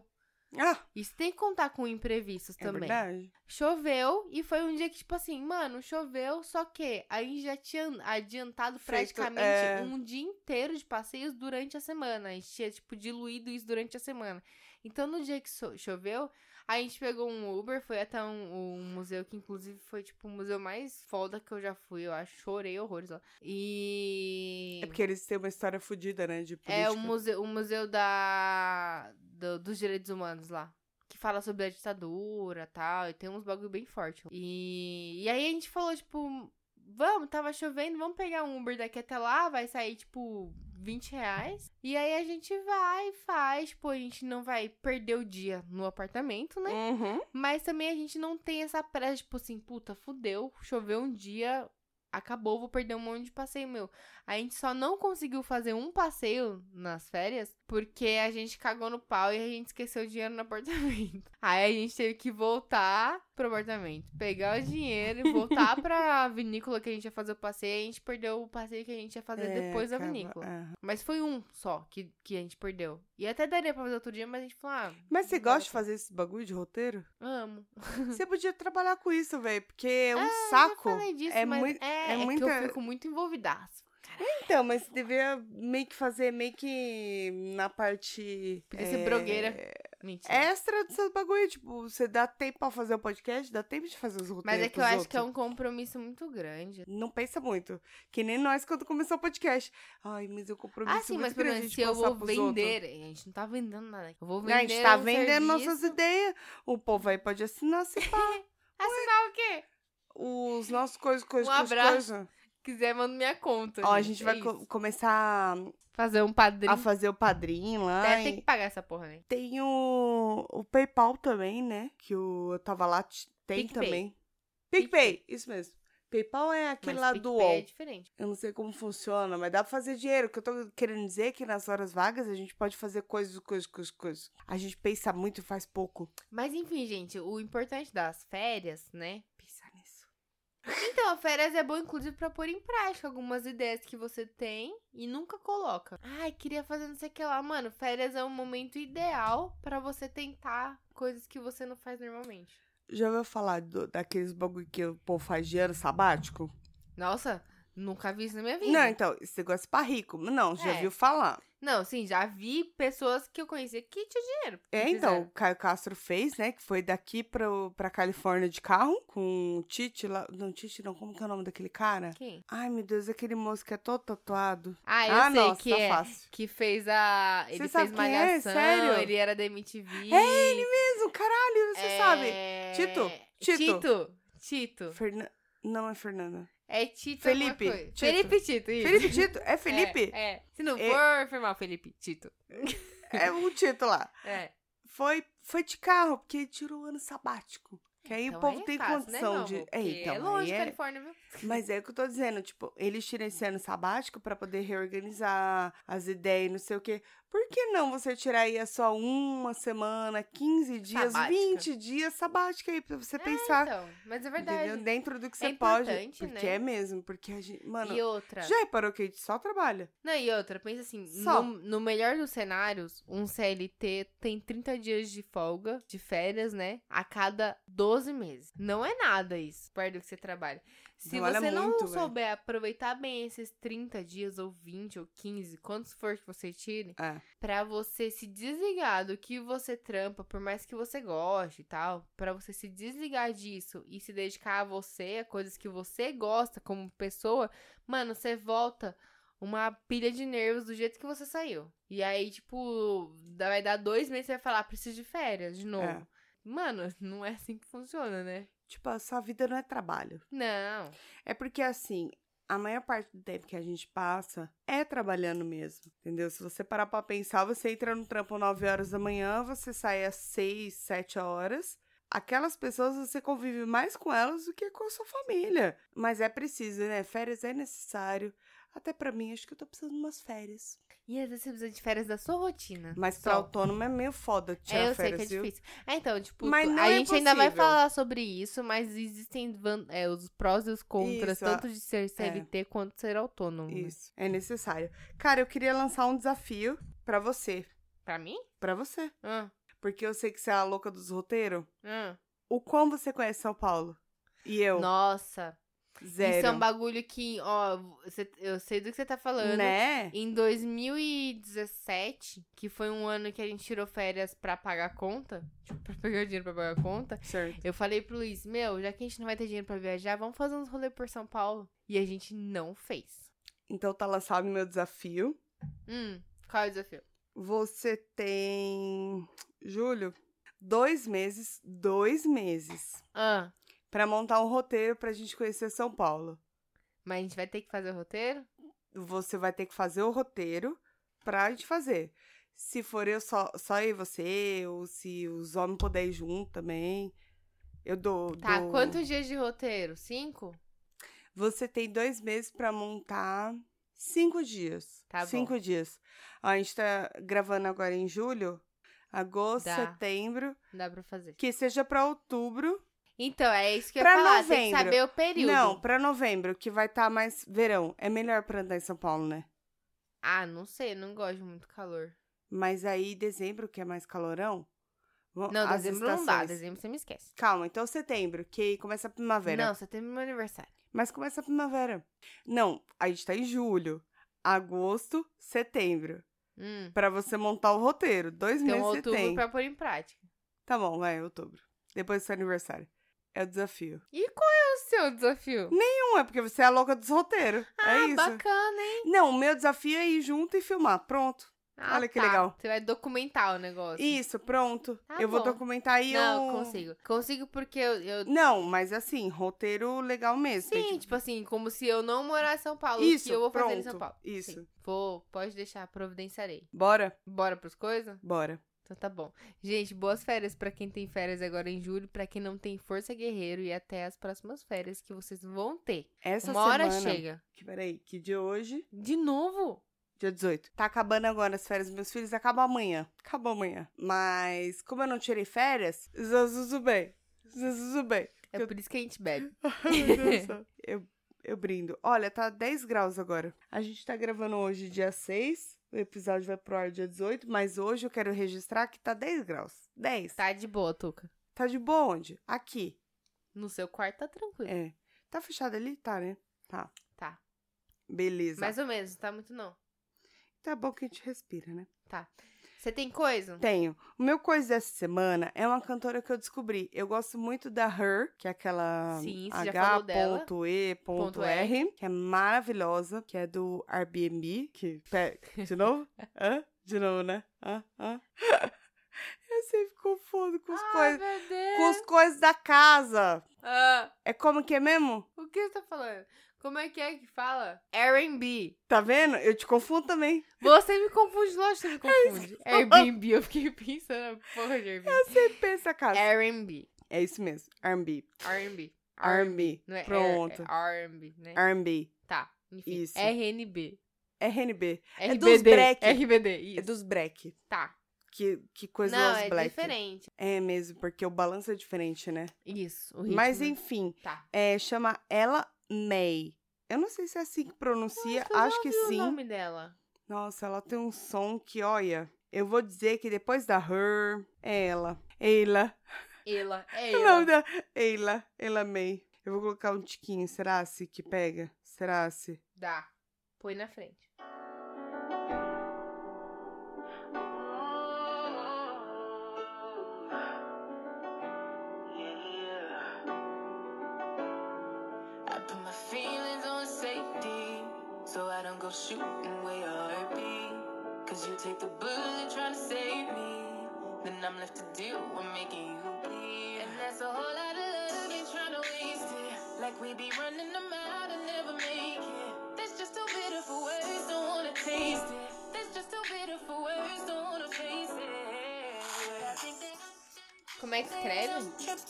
Speaker 2: Ah,
Speaker 1: Isso tem que contar com imprevistos
Speaker 2: é
Speaker 1: também.
Speaker 2: verdade.
Speaker 1: Choveu e foi um dia que, tipo assim, mano, choveu, só que a gente já tinha adiantado
Speaker 2: Feito,
Speaker 1: praticamente
Speaker 2: é.
Speaker 1: um dia inteiro de passeios durante a semana. A gente tinha, tipo, diluído isso durante a semana. Então, no dia que so- choveu, a gente pegou um Uber, foi até um, um museu que, inclusive, foi, tipo, o museu mais foda que eu já fui, eu acho. Chorei horrores lá. E.
Speaker 2: É porque eles têm uma história fodida, né? De política.
Speaker 1: É o museu, o museu da, do- dos direitos humanos lá. Que fala sobre a ditadura e tal. E tem uns bagulho bem forte. E, e aí a gente falou, tipo, vamos, tava chovendo, vamos pegar um Uber daqui até lá, vai sair, tipo, 20 reais. E aí a gente vai, faz, tipo, a gente não vai perder o dia no apartamento, né?
Speaker 2: Uhum.
Speaker 1: Mas também a gente não tem essa pressa, tipo assim, puta, fudeu, choveu um dia, acabou, vou perder um monte de passeio meu. A gente só não conseguiu fazer um passeio nas férias porque a gente cagou no pau e a gente esqueceu o dinheiro no apartamento. Aí a gente teve que voltar pro apartamento, pegar o dinheiro e voltar pra vinícola que a gente ia fazer o passeio. e A gente perdeu o passeio que a gente ia fazer
Speaker 2: É,
Speaker 1: depois da
Speaker 2: acaba-
Speaker 1: vinícola.
Speaker 2: é.
Speaker 1: Mas foi um só que, que a gente perdeu. E até daria pra fazer outro dia, mas a gente falou, ah,
Speaker 2: Mas você
Speaker 1: não vai
Speaker 2: gosta
Speaker 1: dar
Speaker 2: de fazer esse bagulho de roteiro?
Speaker 1: tempo. amo.
Speaker 2: Você podia trabalhar com isso, velho, porque é um
Speaker 1: Eu já
Speaker 2: saco.
Speaker 1: falei disso,
Speaker 2: é
Speaker 1: mas
Speaker 2: mui-
Speaker 1: é,
Speaker 2: é
Speaker 1: é que
Speaker 2: muita-
Speaker 1: eu fico muito envolvidaço.
Speaker 2: Então, mas você devia meio que fazer meio que na parte. eh, é
Speaker 1: Podia ser blogueira. Mentira.
Speaker 2: Extra do seu bagulho. Tipo, você dá tempo pra fazer o podcast, dá tempo de fazer os roteiros.
Speaker 1: mas é que eu
Speaker 2: pros
Speaker 1: acho que é
Speaker 2: outros.
Speaker 1: um compromisso muito grande.
Speaker 2: Não pensa muito. Que nem nós quando começou o podcast. Ai, mas eu compromisso
Speaker 1: Ah, sim,
Speaker 2: muito
Speaker 1: mas pelo
Speaker 2: grande
Speaker 1: menos
Speaker 2: de
Speaker 1: se eu
Speaker 2: passar
Speaker 1: vou
Speaker 2: pros outros.
Speaker 1: vender. A gente não tá vendendo nada. Eu vou
Speaker 2: Né,
Speaker 1: vender.
Speaker 2: a gente tá
Speaker 1: um
Speaker 2: vendendo
Speaker 1: serviço.
Speaker 2: nossas ideias. O povo aí pode assinar se pá.
Speaker 1: Assinar o quê?
Speaker 2: Os nossos coisas, coisas,
Speaker 1: Um
Speaker 2: coisas,
Speaker 1: abraço.
Speaker 2: coisas.
Speaker 1: Quiser, manda minha conta.
Speaker 2: Ó, a gente
Speaker 1: é
Speaker 2: vai
Speaker 1: isso.
Speaker 2: co- começar
Speaker 1: fazer um padrinho.
Speaker 2: a fazer o padrinho lá.
Speaker 1: Deve ter
Speaker 2: e-
Speaker 1: que pagar essa porra, né?
Speaker 2: Tem o, o PayPal também, né? Que o eu tava lá, t- tem
Speaker 1: PicPay.
Speaker 2: também. PicPay, isso mesmo. PayPal é aquele
Speaker 1: Mas
Speaker 2: lá do
Speaker 1: PicPay
Speaker 2: UOL.
Speaker 1: é diferente.
Speaker 2: Eu não sei como funciona, mas dá pra fazer dinheiro. O que eu tô querendo dizer é que nas horas vagas a gente pode fazer coisas, coisas, coisas, coisas. A gente pensa muito e faz pouco.
Speaker 1: Mas enfim, gente, o importante das férias, né?
Speaker 2: Pensar Tá nisso.
Speaker 1: Então, a férias é bom, inclusive, pra pôr em prática algumas ideias que você tem e nunca coloca. Ai, queria fazer não sei o que lá. Mano, férias é um momento ideal pra você tentar coisas que você não faz normalmente.
Speaker 2: Já ouviu falar do- daqueles bagulho que o povo faz de ano sabático?
Speaker 1: Nossa, nunca vi isso na minha vida.
Speaker 2: Não, então, esse negócio é pra rico. Mas Não, já
Speaker 1: É.
Speaker 2: viu falar.
Speaker 1: Não, sim, já vi pessoas que eu conhecia que tinham dinheiro.
Speaker 2: É,
Speaker 1: que
Speaker 2: então, o
Speaker 1: fizeram.
Speaker 2: Caio Castro fez, né? Que foi daqui pra, pra Califórnia de carro, com o Tite lá. Não, Tite não, como que é o nome daquele cara?
Speaker 1: Quem?
Speaker 2: Ai, meu Deus, aquele moço que é todo tatuado.
Speaker 1: Ah, eu
Speaker 2: ah,
Speaker 1: sei
Speaker 2: nossa,
Speaker 1: que
Speaker 2: tá
Speaker 1: é.
Speaker 2: fácil.
Speaker 1: Que fez a.
Speaker 2: Você
Speaker 1: Ele
Speaker 2: sabe
Speaker 1: fez
Speaker 2: quem é?
Speaker 1: malhação,
Speaker 2: Sério?
Speaker 1: ele era da MTV.
Speaker 2: É ele mesmo, caralho, você
Speaker 1: é...
Speaker 2: sabe. Tito? Tito?
Speaker 1: Tito. Tito.
Speaker 2: Fernan- Não é Fernanda.
Speaker 1: É Tito.
Speaker 2: Felipe,
Speaker 1: alguma coisa.
Speaker 2: Tito.
Speaker 1: Felipe Tito, isso.
Speaker 2: Felipe Tito? É Felipe? É,
Speaker 1: É, é. Se não
Speaker 2: É-
Speaker 1: for, foi mal, Felipe. Tito.
Speaker 2: o Tito lá.
Speaker 1: É.
Speaker 2: Foi, foi de carro, porque ele tirou o ano sabático. Que aí
Speaker 1: Então
Speaker 2: o povo
Speaker 1: aí é
Speaker 2: tem
Speaker 1: fácil, né,
Speaker 2: condição
Speaker 1: meu
Speaker 2: de.
Speaker 1: amor?
Speaker 2: É,
Speaker 1: Porque
Speaker 2: então,
Speaker 1: é longe,
Speaker 2: aí é-
Speaker 1: Califórnia, viu?
Speaker 2: Mas é o que eu tô dizendo, tipo, eles tiram esse ano sabático pra poder reorganizar as ideias e não sei o quê. Por que não você tirar aí a só uma semana, 15 dias,
Speaker 1: Sabática.
Speaker 2: 20 dias sabática aí pra você pensar
Speaker 1: Então, mas é
Speaker 2: Tá. entendeu? Né,
Speaker 1: verdade. É
Speaker 2: dentro do que você pode.
Speaker 1: importante,
Speaker 2: Porque
Speaker 1: né?
Speaker 2: é mesmo, porque a gente. Mano,
Speaker 1: E outra.
Speaker 2: já reparou que a gente só trabalha?
Speaker 1: Não, e outra, pensa assim,
Speaker 2: Só.
Speaker 1: no, no melhor dos cenários, um CLT tem 30 dias de folga, de férias, né? A cada 12 meses. Não é nada isso, perto do que você trabalha. Se
Speaker 2: Trabalha
Speaker 1: você não
Speaker 2: muito, velho.
Speaker 1: souber aproveitar bem esses 30 dias, ou 20, ou 15, quantos for que você tire,
Speaker 2: É.
Speaker 1: Pra você se desligar do que você trampa, por mais que você goste e tal, pra você se desligar disso e se dedicar a você, a coisas que você gosta como pessoa, mano, você volta uma pilha de nervos do jeito que você saiu. E aí, tipo, dá- vai dar dois meses e vai falar, "Ah, preciso de férias de novo.
Speaker 2: É.
Speaker 1: Mano, não é assim que funciona, né?
Speaker 2: Tipo, a sua vida não é trabalho.
Speaker 1: Não.
Speaker 2: É porque assim, a maior parte do tempo que a gente passa é trabalhando mesmo, entendeu? Se você parar pra pensar, você entra no trampo 9 horas da manhã, você sai às 6, 7 horas. Aquelas pessoas você convive mais com elas do que com a sua família. Mas é preciso, né? Férias é necessário. Até pra mim, acho que eu tô precisando de umas férias.
Speaker 1: E às vezes você precisa de férias da sua rotina.
Speaker 2: Mas pra
Speaker 1: só.
Speaker 2: autônomo é meio foda tirar
Speaker 1: É, eu sei
Speaker 2: férias,
Speaker 1: que é
Speaker 2: viu?
Speaker 1: difícil. É, então, tipo,
Speaker 2: Mas
Speaker 1: tu-
Speaker 2: não
Speaker 1: a
Speaker 2: é
Speaker 1: gente ainda vai
Speaker 2: impossível.
Speaker 1: falar sobre isso, mas existem van- é, os prós e os contras,
Speaker 2: Isso, a-
Speaker 1: tanto de ser CLT quanto de ser autônomo. né?
Speaker 2: Isso, é necessário. Cara, eu queria lançar um desafio pra você.
Speaker 1: Pra mim?
Speaker 2: Pra você.
Speaker 1: Ah,
Speaker 2: Porque eu sei que você é a louca dos roteiros.
Speaker 1: Ah.
Speaker 2: O quão você conhece São Paulo? E eu,
Speaker 1: Nossa.
Speaker 2: zero.
Speaker 1: Isso é um bagulho que, ó, cê- eu sei do que você tá falando.
Speaker 2: Né?
Speaker 1: Em 2017, que foi um ano que a gente tirou férias pra pagar a conta, tipo, pra pegar o dinheiro pra pagar a conta,
Speaker 2: Certo.
Speaker 1: eu falei pro Luiz, meu, já que a gente não vai ter dinheiro pra viajar, vamos fazer uns rolê por São Paulo. E a gente não fez.
Speaker 2: Então tá lançado o meu desafio.
Speaker 1: Hum, qual é o desafio?
Speaker 2: Você tem. Julho? Dois meses. Dois meses.
Speaker 1: Ah,
Speaker 2: Pra montar um roteiro pra gente conhecer São Paulo.
Speaker 1: mas a gente vai ter que fazer o roteiro?
Speaker 2: Você vai ter que fazer o roteiro pra gente fazer. Se for eu só, só eu e você, ou se os homens puderem ir junto também. Eu dou.
Speaker 1: Tá,
Speaker 2: dou-
Speaker 1: quantos dias de roteiro? Cinco?
Speaker 2: Você tem dois meses pra montar cinco dias.
Speaker 1: Tá bom.
Speaker 2: Cinco dias. Ó, a gente tá gravando agora em julho, agosto,
Speaker 1: Dá.
Speaker 2: setembro,
Speaker 1: Dá pra fazer.
Speaker 2: que seja pra outubro.
Speaker 1: Então, é isso que eu ia
Speaker 2: Pra
Speaker 1: falar. Tem que
Speaker 2: novembro.
Speaker 1: saber o período.
Speaker 2: Não, pra novembro, que vai estar mais verão. É melhor pra andar em São Paulo, né?
Speaker 1: Ah, não sei, não gosto de muito calor.
Speaker 2: Mas aí dezembro, que é mais calorão. vão-
Speaker 1: Não,
Speaker 2: as
Speaker 1: dezembro não dá,
Speaker 2: estações.
Speaker 1: dezembro você me esquece.
Speaker 2: Calma, então setembro, que começa a primavera.
Speaker 1: Não, setembro é meu aniversário.
Speaker 2: Mas começa a primavera. Não, a gente tá em julho, agosto, setembro.
Speaker 1: Hum.
Speaker 2: Pra você montar o roteiro. Dois
Speaker 1: Então,
Speaker 2: meses
Speaker 1: outubro
Speaker 2: você tem.
Speaker 1: pra pôr em prática.
Speaker 2: Tá bom, vai, outubro. Depois do seu aniversário. É o desafio.
Speaker 1: E qual é o seu desafio?
Speaker 2: Não, é porque você é a louca dos roteiros.
Speaker 1: ah,
Speaker 2: é isso.
Speaker 1: bacana, hein?
Speaker 2: Não, o meu desafio é ir junto e filmar. Pronto.
Speaker 1: Ah,
Speaker 2: Olha que
Speaker 1: tá.
Speaker 2: legal.
Speaker 1: Você vai documentar o negócio.
Speaker 2: Isso, pronto.
Speaker 1: Tá
Speaker 2: eu vou
Speaker 1: bom.
Speaker 2: documentar e
Speaker 1: Não,
Speaker 2: eu.
Speaker 1: consigo. Consigo porque eu... eu-
Speaker 2: Não, mas assim, roteiro legal mesmo.
Speaker 1: Sim,
Speaker 2: Tem,
Speaker 1: tipo... assim, como se eu não morasse em São Paulo, o
Speaker 2: Isso,
Speaker 1: que eu vou fazer em
Speaker 2: pronto,
Speaker 1: São Paulo.
Speaker 2: isso.
Speaker 1: Sim. Vou, pode deixar, providenciarei.
Speaker 2: Bora?
Speaker 1: Bora pros coisas?
Speaker 2: Bora.
Speaker 1: Então tá bom. Gente, boas férias pra quem tem férias agora em julho, pra quem não tem força guerreiro e até as próximas férias que vocês vão ter.
Speaker 2: Essa
Speaker 1: Uma hora
Speaker 2: semana-
Speaker 1: chega.
Speaker 2: Que, peraí, que dia é hoje?
Speaker 1: De novo?
Speaker 2: Dia 18. Tá acabando agora as férias dos meus filhos, acaba amanhã. Acabou amanhã. Mas, como eu não tirei férias, Zazuzu bem. Zazuzu bem.
Speaker 1: É
Speaker 2: Eu-
Speaker 1: por isso que a gente bebe.
Speaker 2: Ai, meu Deus do céu. eu, eu brindo. Olha, tá 10 graus agora. A gente tá gravando hoje dia 6. O episódio vai pro ar dia 18, mas hoje eu quero registrar que tá 10 graus. 10. Tá,
Speaker 1: Tá de boa, Tuca.
Speaker 2: de boa onde? Aqui.
Speaker 1: No seu quarto tá tranquilo.
Speaker 2: É. Tá fechado ali? Tá, né? Tá.
Speaker 1: Tá.
Speaker 2: Beleza.
Speaker 1: Mais ou menos, não tá muito não.
Speaker 2: Tá bom que a gente respira, né?
Speaker 1: Você tem coisa?
Speaker 2: Tenho. O meu coisa dessa semana é uma cantora que eu descobri. Eu gosto muito da Her, que é aquela hum,
Speaker 1: Sim, você já falou dela.
Speaker 2: H.E.R, que é maravilhosa, que é do Airbnb, que... Pera, de novo? Hã? De novo, né? Hã? Hã? Eu sempre confundo com as coisas...
Speaker 1: Ah, meu
Speaker 2: Com
Speaker 1: Deus!
Speaker 2: as coisas da casa.
Speaker 1: Ah,
Speaker 2: É como que é mesmo?
Speaker 1: o que você tá falando? Como é que é que fala? R&B.
Speaker 2: Tá vendo? Eu te confundo também.
Speaker 1: Você me confunde, lógico que você me confunde. Airbnb, eu fiquei pensando, porra de Airbnb.
Speaker 2: Você pensa a casa. É,
Speaker 1: R&B.
Speaker 2: isso mesmo. R&B.
Speaker 1: R&B.
Speaker 2: R&B.
Speaker 1: Não é R,
Speaker 2: Pronto.
Speaker 1: é R&B, né?
Speaker 2: R&B.
Speaker 1: Tá, enfim.
Speaker 2: Isso.
Speaker 1: RNB.
Speaker 2: É RNB. É
Speaker 1: RBD.
Speaker 2: dos break.
Speaker 1: RBD,
Speaker 2: É
Speaker 1: isso.
Speaker 2: dos break.
Speaker 1: Tá.
Speaker 2: Que, que coisa
Speaker 1: Não,
Speaker 2: os
Speaker 1: é
Speaker 2: black.
Speaker 1: diferente.
Speaker 2: É mesmo, porque o balanço é diferente, né?
Speaker 1: Isso, o ritmo.
Speaker 2: Mas enfim,
Speaker 1: Tá.
Speaker 2: é, chama ela May. Eu não sei se é assim que
Speaker 1: Eu
Speaker 2: pronuncia,
Speaker 1: eu já
Speaker 2: acho que
Speaker 1: ouvi
Speaker 2: sim.
Speaker 1: o nome dela.
Speaker 2: Nossa, ela tem um som que, olha, eu vou dizer que depois da Her, é ela. Eila.
Speaker 1: Ela, é
Speaker 2: O
Speaker 1: ela.
Speaker 2: nome da Eila, Eila May. Eu vou colocar um tiquinho, será se que pega? Será se?
Speaker 1: Dá. Põe na frente.
Speaker 3: I put my feelings on safety, so I don't go shooting way RP. Cause you take the bullet trying to save me, then I'm left to deal with making you bleed. And that's a whole lot of love, ain't trying to waste it. Like we be running them out and never make it. That's just too bitter for words, don't wanna taste it. That's just too bitter for words, don't wanna face it. I think that
Speaker 1: Como é que escreve?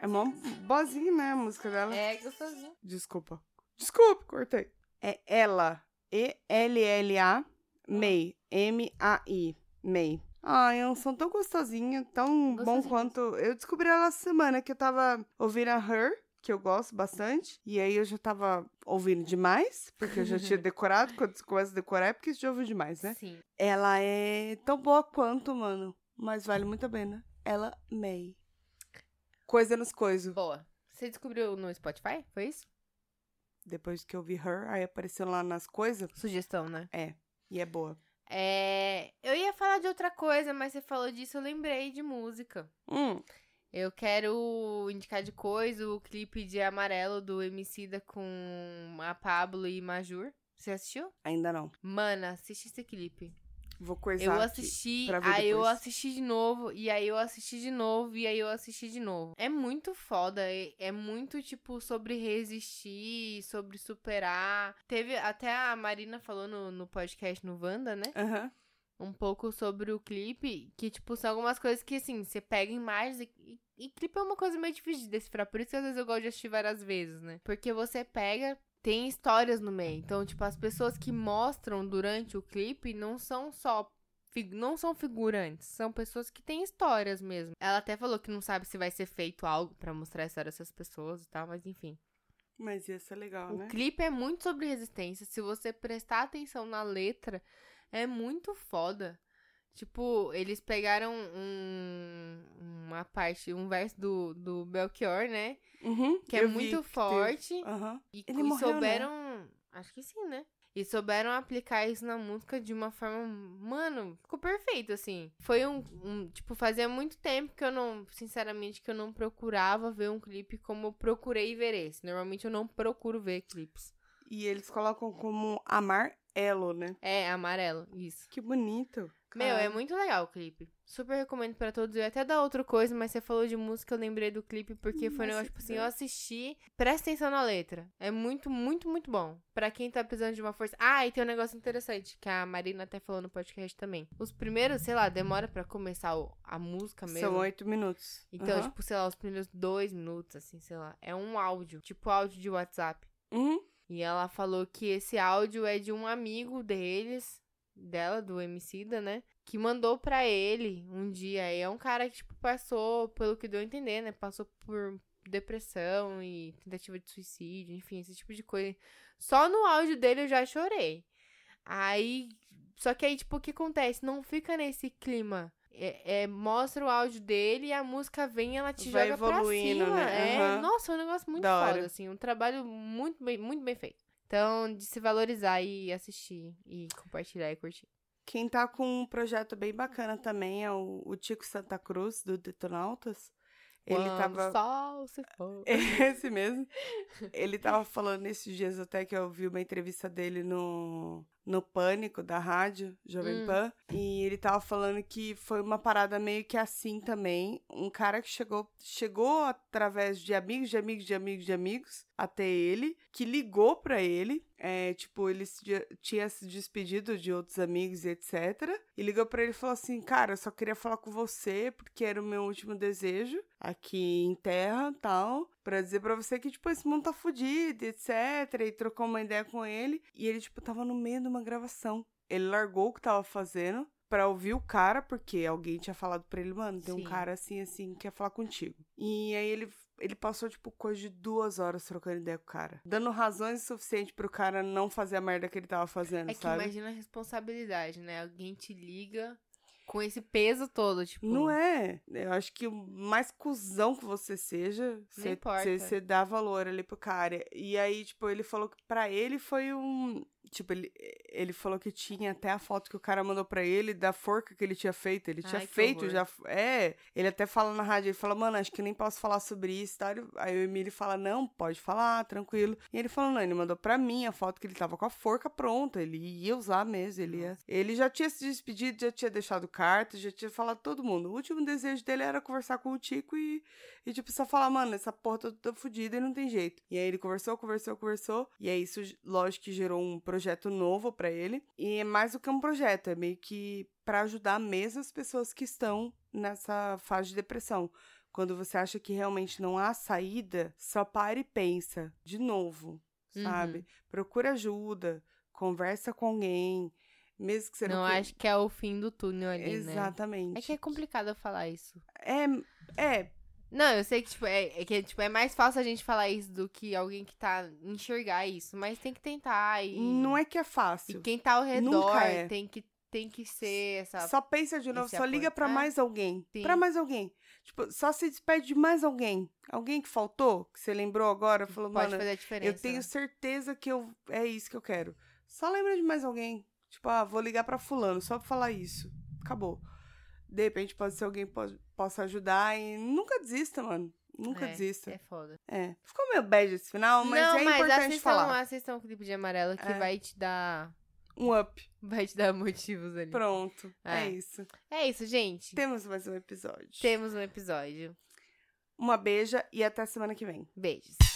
Speaker 2: É mó bozinha, né, a música dela.
Speaker 1: É gostosinho.
Speaker 2: Desculpa. Desculpa, cortei. É ela. E-L-L-A. May. M-A-I. May. Ai, é um som tão gostosinho, tão bom
Speaker 1: Gostosinho.
Speaker 2: quanto. Eu descobri ela essa semana que eu tava ouvindo a Her, que eu gosto bastante. E aí eu já tava ouvindo demais, porque eu já tinha é decorado. Quando você começa a decorar é porque você já ouviu demais, né?
Speaker 1: Sim.
Speaker 2: Ela é tão boa quanto, mano. Mas vale muito a pena. Ela May. Coisa nos coisos.
Speaker 1: Boa. Você descobriu no Spotify? Foi isso?
Speaker 2: Depois que eu vi Her, aí apareceu lá nas coisas.
Speaker 1: Sugestão, né?
Speaker 2: E é boa.
Speaker 1: É. Eu ia falar de outra coisa, mas você falou disso, eu lembrei de música.
Speaker 2: Hum,
Speaker 1: Eu quero indicar de coisa o clipe de amarelo do Emicida com a Pablo e Majur. Você assistiu?
Speaker 2: ainda não.
Speaker 1: Mana, assiste esse clipe.
Speaker 2: Vou coisar
Speaker 1: Eu
Speaker 2: aqui.
Speaker 1: assisti,
Speaker 2: pra ver
Speaker 1: aí eu
Speaker 2: depois.
Speaker 1: assisti de novo, e aí eu assisti de novo, e aí eu assisti de novo. É muito foda, é, é muito, tipo, sobre resistir, sobre superar. Teve, até a Marina falou no, no podcast no Wanda, né?
Speaker 2: Aham.
Speaker 1: Um pouco sobre o clipe, que, tipo, são algumas coisas que, assim, você pega imagens e... e- E clipe é uma coisa meio difícil de decifrar, por isso que às vezes eu gosto de assistir várias vezes, né? Porque você pega tem histórias no meio. Então, tipo, as pessoas que mostram durante o clipe não são só fi- não são figurantes, são pessoas que têm histórias mesmo. Ela até falou que não sabe se vai ser feito algo pra mostrar a história dessas pessoas e tal, mas enfim.
Speaker 2: Mas ia ser legal, né?
Speaker 1: O clipe é muito sobre resistência. Se você prestar atenção na letra, é muito foda. Tipo, eles pegaram um- uma parte, um verso do, do Belchior, né?
Speaker 2: Uhum,
Speaker 1: Que é
Speaker 2: eu vi
Speaker 1: muito
Speaker 2: teve.
Speaker 1: forte.
Speaker 2: Aham.
Speaker 1: E,
Speaker 2: Ele
Speaker 1: e
Speaker 2: morreu, né?
Speaker 1: souberam. Acho que sim, né? E souberam aplicar isso na música de uma forma. Mano, ficou perfeito, assim. Foi um. um- tipo, fazia muito tempo que eu não. Sinceramente, que eu não procurava ver um clipe como eu procurei ver esse. Normalmente eu não procuro ver clipes.
Speaker 2: E eles colocam como amar elo, né?
Speaker 1: É, amarelo, isso.
Speaker 2: Que bonito.
Speaker 1: Meu, é
Speaker 2: Caralho.
Speaker 1: muito legal o clipe. Super recomendo pra todos. Eu ia até dar outra coisa, mas você falou de música, eu lembrei do clipe, porque foi um
Speaker 2: Nossa,
Speaker 1: negócio,
Speaker 2: que
Speaker 1: tipo assim, eu
Speaker 2: legal.
Speaker 1: assisti, presta atenção na letra. É muito, muito, muito bom. Pra quem tá precisando de uma força. Ah, e tem um negócio interessante, que a Marina até falou no podcast também. Os primeiros, sei lá, demora pra começar o- a música mesmo.
Speaker 2: São oito minutos.
Speaker 1: Então,
Speaker 2: Aham.
Speaker 1: tipo, sei lá, os primeiros dois minutos, assim, sei lá. É um áudio, tipo áudio de WhatsApp.
Speaker 2: Uhum.
Speaker 1: E ela falou que esse áudio é de um amigo deles, dela, do Emicida, né? Que mandou pra ele um dia. E é um cara que, tipo, passou, pelo que deu a entender, né? Passou por depressão e tentativa de suicídio, enfim, esse tipo de coisa. Só no áudio dele eu já chorei. Aí. Só que aí, tipo, o que acontece? Não fica nesse clima. É, é, mostra o áudio dele e a música vem e ela te
Speaker 2: Vai
Speaker 1: joga pra
Speaker 2: evoluindo,
Speaker 1: cima.
Speaker 2: né?
Speaker 1: É,
Speaker 2: Aham.
Speaker 1: nossa, é um negócio muito
Speaker 2: Da
Speaker 1: foda,
Speaker 2: hora.
Speaker 1: assim. Um trabalho muito bem, muito bem feito. Então, de se valorizar e assistir e compartilhar e curtir.
Speaker 2: Quem tá com um projeto bem bacana também é o, o Tico Santa Cruz, do Detonautas. Ele
Speaker 1: Quando
Speaker 2: tava. É,
Speaker 1: o sol se for.
Speaker 2: Esse mesmo. Ele tava falando esses dias até que eu vi uma entrevista dele no, no Pânico, da rádio, Jovem
Speaker 1: Hum.
Speaker 2: Pan. E ele tava falando que foi uma parada meio que assim também. Um cara que chegou, chegou através de amigos, de amigos, de amigos, de amigos, até ele, que ligou pra ele. É, tipo, ele se de- tinha se despedido de outros amigos e etc. E ligou pra ele e falou assim: Cara, eu só queria falar com você, porque era o meu último desejo aqui em terra e tal. Pra dizer pra você que, tipo, esse mundo tá fudido, etc. E trocou uma ideia com ele. E ele, tipo, tava no meio de uma gravação. Ele largou o que tava fazendo pra ouvir o cara, porque alguém tinha falado pra ele, mano, tem
Speaker 1: Sim.
Speaker 2: um cara assim, assim, que quer falar contigo. E aí ele, ele passou, tipo, coisa de duas horas trocando ideia com o cara. Dando razões suficientes pro cara não fazer a merda que ele tava fazendo,
Speaker 1: É que
Speaker 2: sabe?
Speaker 1: imagina a responsabilidade, né? Alguém te liga com esse peso todo, tipo.
Speaker 2: Não é. Eu acho que o mais cuzão que você seja, você-
Speaker 1: importa.
Speaker 2: você você dá valor ali pro cara. E aí, tipo, ele falou que pra ele foi um. Tipo, ele, ele falou que tinha até a foto que o cara mandou pra ele da forca que ele tinha feito. Ele tinha
Speaker 1: Ai, que
Speaker 2: feito
Speaker 1: horror.
Speaker 2: já. É. Ele até fala na rádio, ele fala, mano, acho que nem posso falar sobre isso. Tá? Aí o Emílio fala, não, pode falar, tranquilo. E ele falou, não, ele mandou pra mim a foto que ele tava com a forca pronta. Ele ia usar mesmo. Ele, ia... ele já tinha se despedido, já tinha deixado carta, já tinha falado todo mundo. O último desejo dele era conversar com o Tico e e tipo, só falar, mano, essa porra toda tá fudida e não tem jeito. E aí ele conversou, conversou, conversou. E aí isso, lógico que gerou um projeto novo pra ele. E é mais do que um projeto, é meio que pra ajudar mesmo as pessoas que estão nessa fase de depressão. Quando você acha que realmente não há saída, só para e pensa de novo,
Speaker 1: Uhum.
Speaker 2: sabe? Procura ajuda, conversa com alguém, mesmo que você não,
Speaker 1: Não
Speaker 2: con-
Speaker 1: acho que é o fim do túnel ali, né?
Speaker 2: Exatamente.
Speaker 1: É que é complicado eu falar isso.
Speaker 2: é, é,
Speaker 1: Não, eu sei que, tipo, é, é que tipo, é mais fácil a gente falar isso do que alguém que tá enxergar isso. Mas tem que tentar e.
Speaker 2: não é que é
Speaker 1: E
Speaker 2: fácil.
Speaker 1: quem tá ao redor
Speaker 2: Nunca é.
Speaker 1: tem que tem que ser essa.
Speaker 2: Só pensa de novo,
Speaker 1: Tá. esse
Speaker 2: só liga pra
Speaker 1: apoio. É.
Speaker 2: mais alguém.
Speaker 1: Sim.
Speaker 2: Pra mais alguém. Tipo, só se despede de mais alguém. Alguém que faltou, que você lembrou agora, falou,
Speaker 1: pode
Speaker 2: mano,
Speaker 1: fazer a diferença.
Speaker 2: eu tenho
Speaker 1: né?
Speaker 2: certeza que eu é isso que eu quero. Só lembra de mais alguém. Tipo, ah, vou ligar pra fulano só pra falar isso. Acabou. De repente pode ser alguém que po- possa ajudar e nunca desista, mano. Nunca
Speaker 1: É,
Speaker 2: desista.
Speaker 1: É foda.
Speaker 2: É. Ficou meio bad esse final, mas
Speaker 1: não,
Speaker 2: é
Speaker 1: mas assim,
Speaker 2: importante
Speaker 1: assistam,
Speaker 2: falar.
Speaker 1: assistam o clipe de amarelo que
Speaker 2: É.
Speaker 1: vai te dar.
Speaker 2: Um up.
Speaker 1: Vai te dar motivos ali.
Speaker 2: Pronto. É.
Speaker 1: É.
Speaker 2: isso.
Speaker 1: É isso, gente.
Speaker 2: Temos mais um episódio.
Speaker 1: Temos um episódio.
Speaker 2: Uma beija e até semana que vem.
Speaker 1: Beijos.